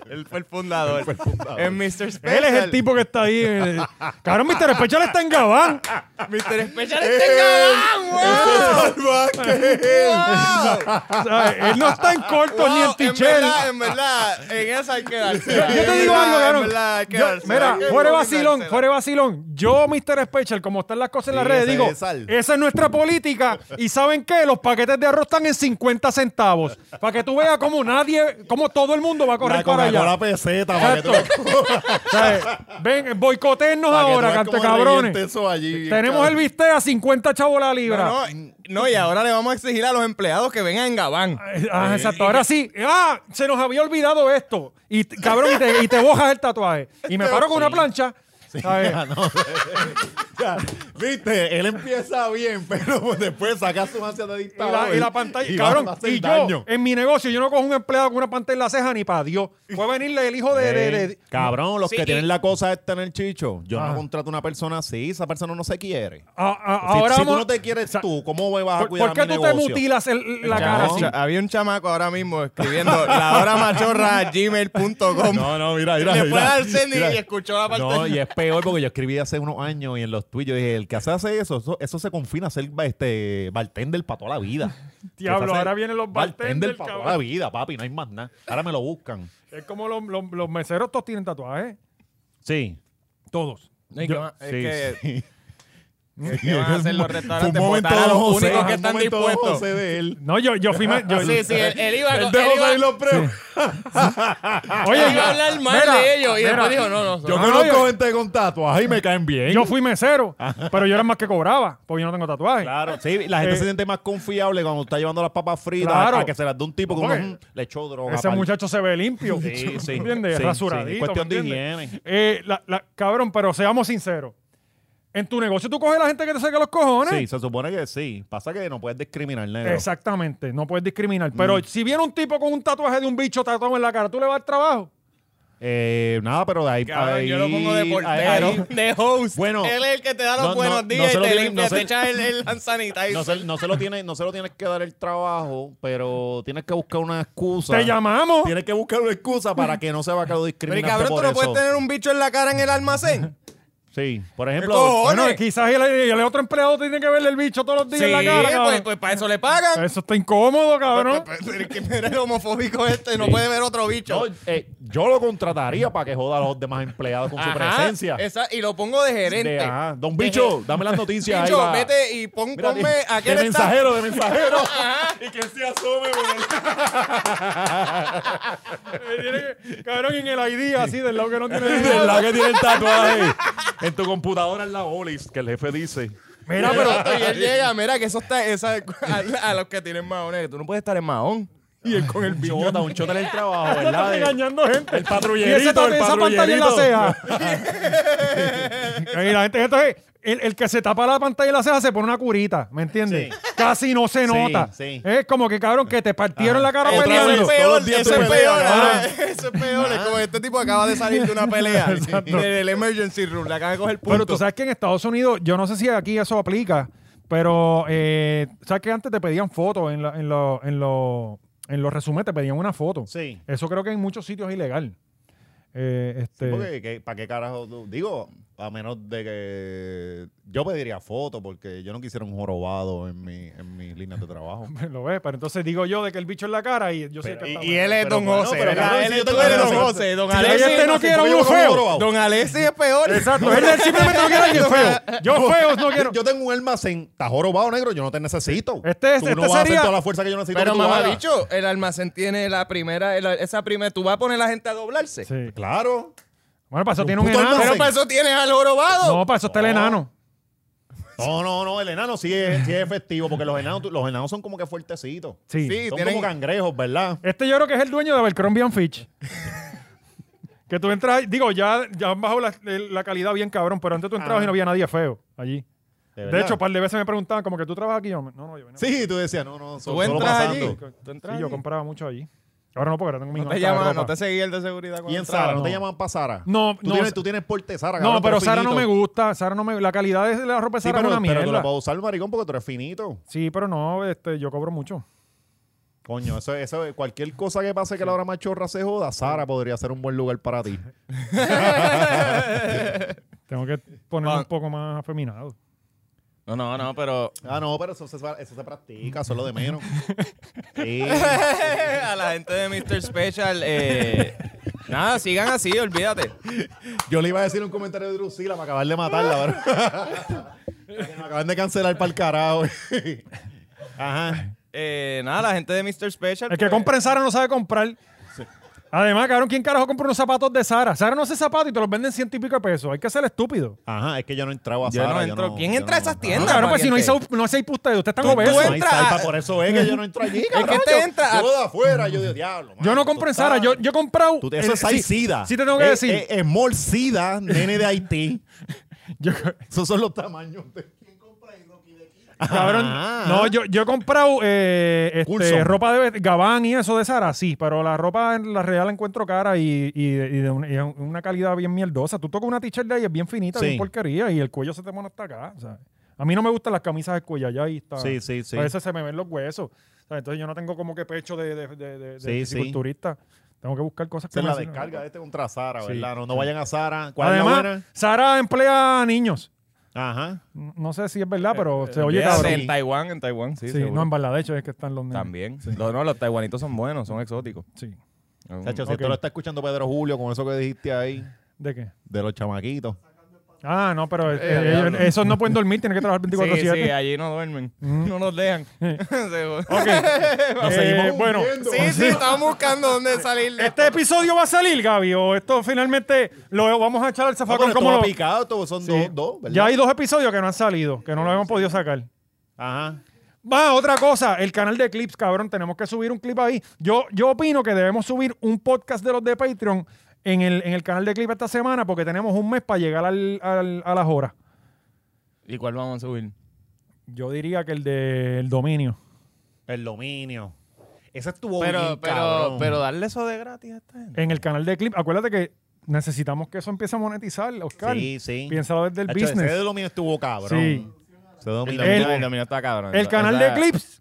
Él fue el fundador. fundador. En Mr. Special. Él es el tipo que está ahí. eh. Cabrón, Mr. Special está en Gabán. Eh, Mr. Special está en O sea, él no está en corto ni en Tichel. en verdad, en esa hay que darse. Yo, yo te digo algo, cabrón. Yo- mira, fuera de vacilón, fuera de vacilón. Yo, Mr. Special, como están las cosas en las Sí, redes, ese digo, es sal. esa es nuestra política. Y ¿saben qué? Los paquetes de arroz están en 50 centavos. Para que tú veas cómo nadie, cómo todo el mundo va a correr la para allá. Coca-Cola peseta, para que tú- Exacto. O sea, eh, Ven, boicotennos para que tú ahora, veas cante cómo revienta cabrones. eso allí, bien Tenemos el cabrón. bistec a 50 chavos la libra. No, no, no, y ahora le vamos a exigir a los empleados que vengan en Gabán. Ah, exacto. Ahora sí. Ah, se nos había olvidado esto. Y t- cabrón, y te, y te bojas el tatuaje. Y me paro con una plancha. ¿sabes? O sea, Viste, él empieza bien, pero pues, después saca su ansia de Y la, dictador. y la pantalla, y cabrón. va a hacer Y yo, eh, daño. en mi negocio, yo no cojo un empleado con una pantalla en la ceja ni para Dios. Puede venirle el hijo de. de- de- Ah. de- Cabrón, los Sí, que y- tienen la cosa esta en el chicho. Yo Ajá. no contrato a una persona así, esa persona no se quiere. A- a- Si- ahora si, vamos- tú no te quieres tú, ¿cómo vas a ¿Por, cuidar por qué mi tú te negocio? mutilas el- la Ya, cara No, así? cha- Había un chamaco ahora mismo Ah. escribiendo la hora machorra a gmail.com. No, no, mira, mira. Le fue mira, al Cendi mira. y escuchó la parte. No, y es peor porque yo escribí hace unos años y en los tweets yo dije, el que hace hace eso, eso, eso se confina a ser ba- este, bartender para toda la vida. Diablo, Que se hace ahora vienen los bartender, para cabrón. toda la vida, papi, no hay más nada. Ahora me lo buscan. Es como los, los- los meseros, todos tienen tatuajes. Sí. ¿eh? Todos. No, y que Yo- más- es que sí. ¿Qué van a hacer los restaurantes? Fue un Votar a momento los Don José, únicos que fue un están momento Don dispuestos. José de él. No, yo, yo fui. ma- Yo, Sí, sí, él, él iba, Él él dejó iba- salir los premios. Oye, iba a hablar mal mira, de ellos y mira, después dijo, no, no. Yo Ah, conozco yo- gente con tatuajes y me caen bien. Yo fui mesero, pero yo era el más que cobraba, porque yo no tengo tatuaje. Ah. Claro, sí, la gente Eh, se siente más confiable cuando está llevando las papas fritas Claro. a que se las dé un tipo que Oye, uno, mm, le echó droga. Ese pal. muchacho se ve limpio. Sí, sí. ¿Entiendes? Sí, sí, Rasuradito. es cuestión ¿me de entiendes? higiene. Eh, la- la- cabrón, pero seamos sinceros. En tu negocio tú coges la gente que te saca los cojones. Sí, se supone que sí. Pasa que no puedes discriminar, negro. Exactamente, no puedes discriminar. Mm. Pero si viene un tipo con un tatuaje de un bicho tatuado en la cara, tú le vas al trabajo. Eh, nada, pero de ahí. Cabrón, yo lo pongo de ahí- portero, ahí- de host. Bueno, él es el que te da los no- no- buenos no días se y lo te tienen- limpia, no te se- echa el, el hand sanitizer. No se, no, se lo tienes, no se lo tienes que dar el trabajo, pero tienes que buscar una excusa. Te llamamos. Tienes que buscar una excusa para que no se va a quedar Pero y discriminante cabrón, tú por no eso. puedes tener un bicho en la cara en el almacén. Sí, por ¿Qué ejemplo, cojones? Bueno, quizás el, el otro empleado tiene que verle el bicho todos los días Sí, en la cara. pues, cabrón. pues para eso le pagan. Eso está incómodo, cabrón. Pero es que mira el homofóbico este, no puede ver otro bicho. yo, eh, yo lo contrataría para que joda a los demás empleados con su Ajá, presencia. esa- y lo pongo de gerente. De, ajá, Don Bicho, dame las noticias. ahí Bicho, va. vete y pon, Mira, ponme de- a de qué le está- mensajero, de mensajero. Y que se asome por el... Tiene que- cabrón, en el ID así, del lado que no tiene Es ID. verdad que tienen tatuaje. En tu computadora es la Olis, que el jefe dice. Mira, pero Exacto, y él llega, mira que eso está esa, a, a los que tienen maones, que tú no puedes estar en mahón. Y él con el bichota, un chota en el trabajo, ¿verdad? estás engañando gente. El patrullerito, Y ese tapa- el esa pantalla en la patrullerito. ceja. Y la gente, esto es, el, el que se tapa la pantalla en la ceja se pone una curita, ¿me entiendes? Casi no se Sí, nota. sí. Es como que, cabrón, que te partieron la cara Otra peleando. vez, Eso es peor, todos los días eso tú es peleas, peor, ajá. ajá, eso es peor. Es como este tipo acaba de salir de una pelea del emergency room, le acaba de coger punto. Pero tú sabes que en Estados Unidos, yo no sé si aquí eso aplica, pero eh, sabes que antes te pedían fotos en, la- en, lo- en, lo- en los resúmenes, te pedían una foto. Sí. Eso creo que en muchos sitios es ilegal. Eh, este, Porque, ¿qué- ¿Para qué carajo? tú? Digo, a menos de que yo pediría fotos porque yo no quisiera un jorobado en mi, en mi línea de trabajo. Lo ves, pero entonces digo yo de que el bicho en la cara y yo sé que está mal. él es Pero bueno, pero ¿verdad? cabrón, Él si yo es- tengo tú eres que don hacer- José, don Si yo Alexis. este no sé, quiere voy uno yo como feo. jorobado. Don Alexis es peor. Exacto, él simplemente no quiere alguien feo. Yo feos no quiero. Yo tengo un almacén, está jorobado negro, yo no te necesito. Este es- tú este no vas a hacer sería- toda la fuerza que yo necesito. Pero que tú mamá hagas. bicho, el almacén tiene la primera, el- esa primera, tú vas a poner a la gente a doblarse. Sí. Claro. Bueno, para eso Un tiene un puto enano. Pero almacén. Oh. para eso tienes al jorobado. No, para eso está el No. enano. No, no, no, el enano sí es, sí es efectivo porque los enanos, los enanos son como que fuertecitos. Sí. Sí. Son tienen- como cangrejos, ¿verdad? Este yo creo que es el dueño de Abercrombie and Fitch. que tú entras, ahí- digo, ya, ya han bajado la, el- la calidad bien cabrón, pero antes tú entrabas y no había nadie feo allí. De, Ah. verdad. hecho, un par de veces me preguntaban, como que tú trabajas aquí. Yo, no, no, yo no. Sí, tú decías, no, no, Tú solo, solo entras pasando. allí. Tú entras Sí, yo allí. compraba mucho allí. Ahora no, porque ahora tengo mi No te marca de llaman, ropa. no te seguía el de seguridad cuando ¿Y en entraba, Sara? ¿No, te no. llaman para Sara? No, tú no, Tienes, Sa- tú tienes porte Sara. No, cabrón, tú pero eres Sara no finito. me gusta. Sara no me, la calidad de la ropa de Sí, Sara pero, es una pero mierda. tú la puedes usar, maricón, porque tú eres finito. Sí, pero no, este, yo cobro mucho. Coño, eso, eso, cualquier cosa que pase que la hora machorra se joda, Sara podría ser un buen lugar para ti. Tengo que ponerme Van. un poco más afeminado. No, no, no, pero Ah, no, pero eso se, eso se practica, eso es lo de menos. Sí. a la gente de Mr. Special, eh, nada, sigan así, olvídate. Yo le iba a decir un comentario de Drusila para acabar de matarla, pero- Me acaban de cancelar para el carajo. Ajá. Eh, nada, la gente de Mr. Special. El que pues, compra en Sara no sabe comprar. Además, cabrón, ¿quién carajo compra unos zapatos de Sara? Sara no hace zapatos y te los venden ciento y pico de pesos. Hay que ser estúpido. Ajá, es que yo no entraba a Yo Sara. no entro. ¿Quién entra a esas No, tiendas? cabrón, pues si no hay, pariente. sau- no hay seis ustedes, ustedes están Tú- tú No, obesos. hay entras a- salpa, por eso es que yo no entro allí, que cabrón. te Yo- entra a- Yo de afuera, yo digo, diablo. Yo no mano, compro en tú Sara, yo, estás- yo he comprado. Tú- eso el- es ahí sí, SIDA. Sí, te tengo que Eh, decir. eh, Es, mol SIDA, nene de Haití. Yo- Esos son los tamaños. De... cabrón, Ajá. no, yo, yo he comprado eh, este, Ah. Coulson. ropa de ve- Gabán y eso de Sara, sí, pero la ropa en la real la encuentro cara y, y, de- y de un- y es una calidad bien mierdosa. Tú tocas una t-shirt de ahí, es bien finita, Sí. bien porquería y el cuello se te pone hasta acá. o sea. A mí no me gustan las camisas de cuello, allá ahí está. Sí, sí, sí. A veces se me ven los huesos. o sea, entonces yo no tengo como que pecho de, de, de, de- de Sí, sí. fisiculturista. Tengo que buscar cosas Esa que es me la sirvan. descarga de este contra Sara, Sí. ¿verdad? No, no vayan a Sara. ¿Cuál es la Además, buena? Sara emplea niños. Ajá. No sé si es Eh, verdad, pero se oye Olvídate, cabrón. En Taiwán, en Taiwán, sí. Sí, seguro. no, en Bangladesh es que están los nenes. También. No, no, los taiwanitos son buenos, son exóticos. Sí. Mm. Chacho, Ok. si tú lo está escuchando Pedro Julio con eso que dijiste ahí ¿De qué? de los chamaquitos. Ah, no, pero eh, Eh, eh, diablo. esos no pueden dormir, tienen que trabajar Sí, 24-7. sí, eh, allí no duermen. No nos dejan. Se jod- Eh, bueno, sí, sí, estamos buscando dónde salir. de- este episodio va a salir, Gaby, o esto finalmente lo vamos a echar al Ah, zafacón pero esto como va lo- picado, esto son Sí. dos, dos, ¿verdad? Ya hay dos episodios que no han salido, que no lo hemos podido sacar. Ajá. Va, otra cosa, el canal de clips, cabrón, tenemos que subir un clip ahí. Yo, yo opino que debemos subir un podcast de los de Patreon en el, en el canal de clips esta semana porque tenemos un mes para llegar al- al- a las horas. ¿Y cuál vamos a subir? Yo diría que el del dominio. El dominio. Ese estuvo Pero, bien, pero, cabrón. pero darle eso de gratis a esta gente. En el canal de clips, acuérdate que necesitamos que eso empiece a monetizar, Oscar. Sí, sí. Piénsalo desde el Hacho, business. Ese dominio estuvo cabrón. Sí. Ese dominio. El- está cabrón. El canal de clips.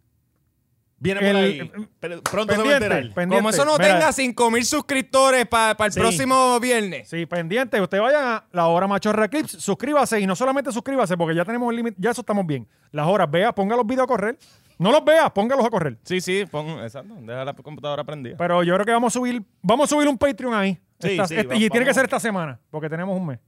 Viene por el- ahí. Pero pronto se va a pendiente, enterar. pendiente. Como eso no Mira, tenga 5000 suscriptores para el Sí. próximo viernes. Sí, pendiente. Usted vaya a la hora machorra clips, suscríbase y no solamente suscríbase porque ya tenemos el límite, ya eso estamos bien. Las horas, vea, ponga los videos a correr. No los vea, póngalos a correr. Sí, sí, pon, exacto. Deja la computadora prendida. Pero yo creo que vamos a subir, vamos a subir un Patreon ahí. Sí, Esta- sí, este- va- y tiene que vamos. ser esta semana porque tenemos un mes.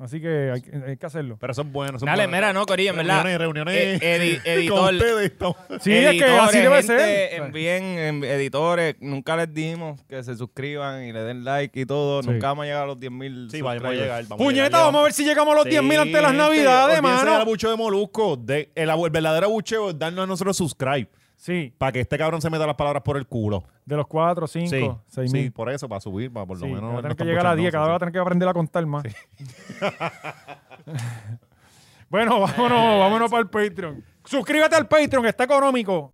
Así que hay, que- hay que hacerlo. Pero son buenos. Son Dale, buenos. mira, no, Corilla, en verdad. Reuniones, reuniones. Eh, edi- Con editor. ustedes estamos- Sí, es que así debe editores, ser. gente, Envíen em, editores. Nunca les dimos que se suscriban y le den like y todo. Sí. Nunca vamos a llegar a los 10.000 Sí, vamos a llegar. Vamos Puñeta, vamos a ver si llegamos a los 10.000 antes de las navidades, El mano. abucheo de Molusco. De, el, abu- el verdadero abucheo es darnos a nosotros subscribe. Sí, Para que este cabrón se meta las palabras por el culo. de los 4, 5, sí, 6 sí, mil. por eso, para subir, para por lo Sí, menos. que va a no tener que están llegar a 10, cada vez va a bochornosos, tener que aprender a contar más. bueno, vámonos, vámonos para el Patreon. Suscríbete al Patreon, está económico.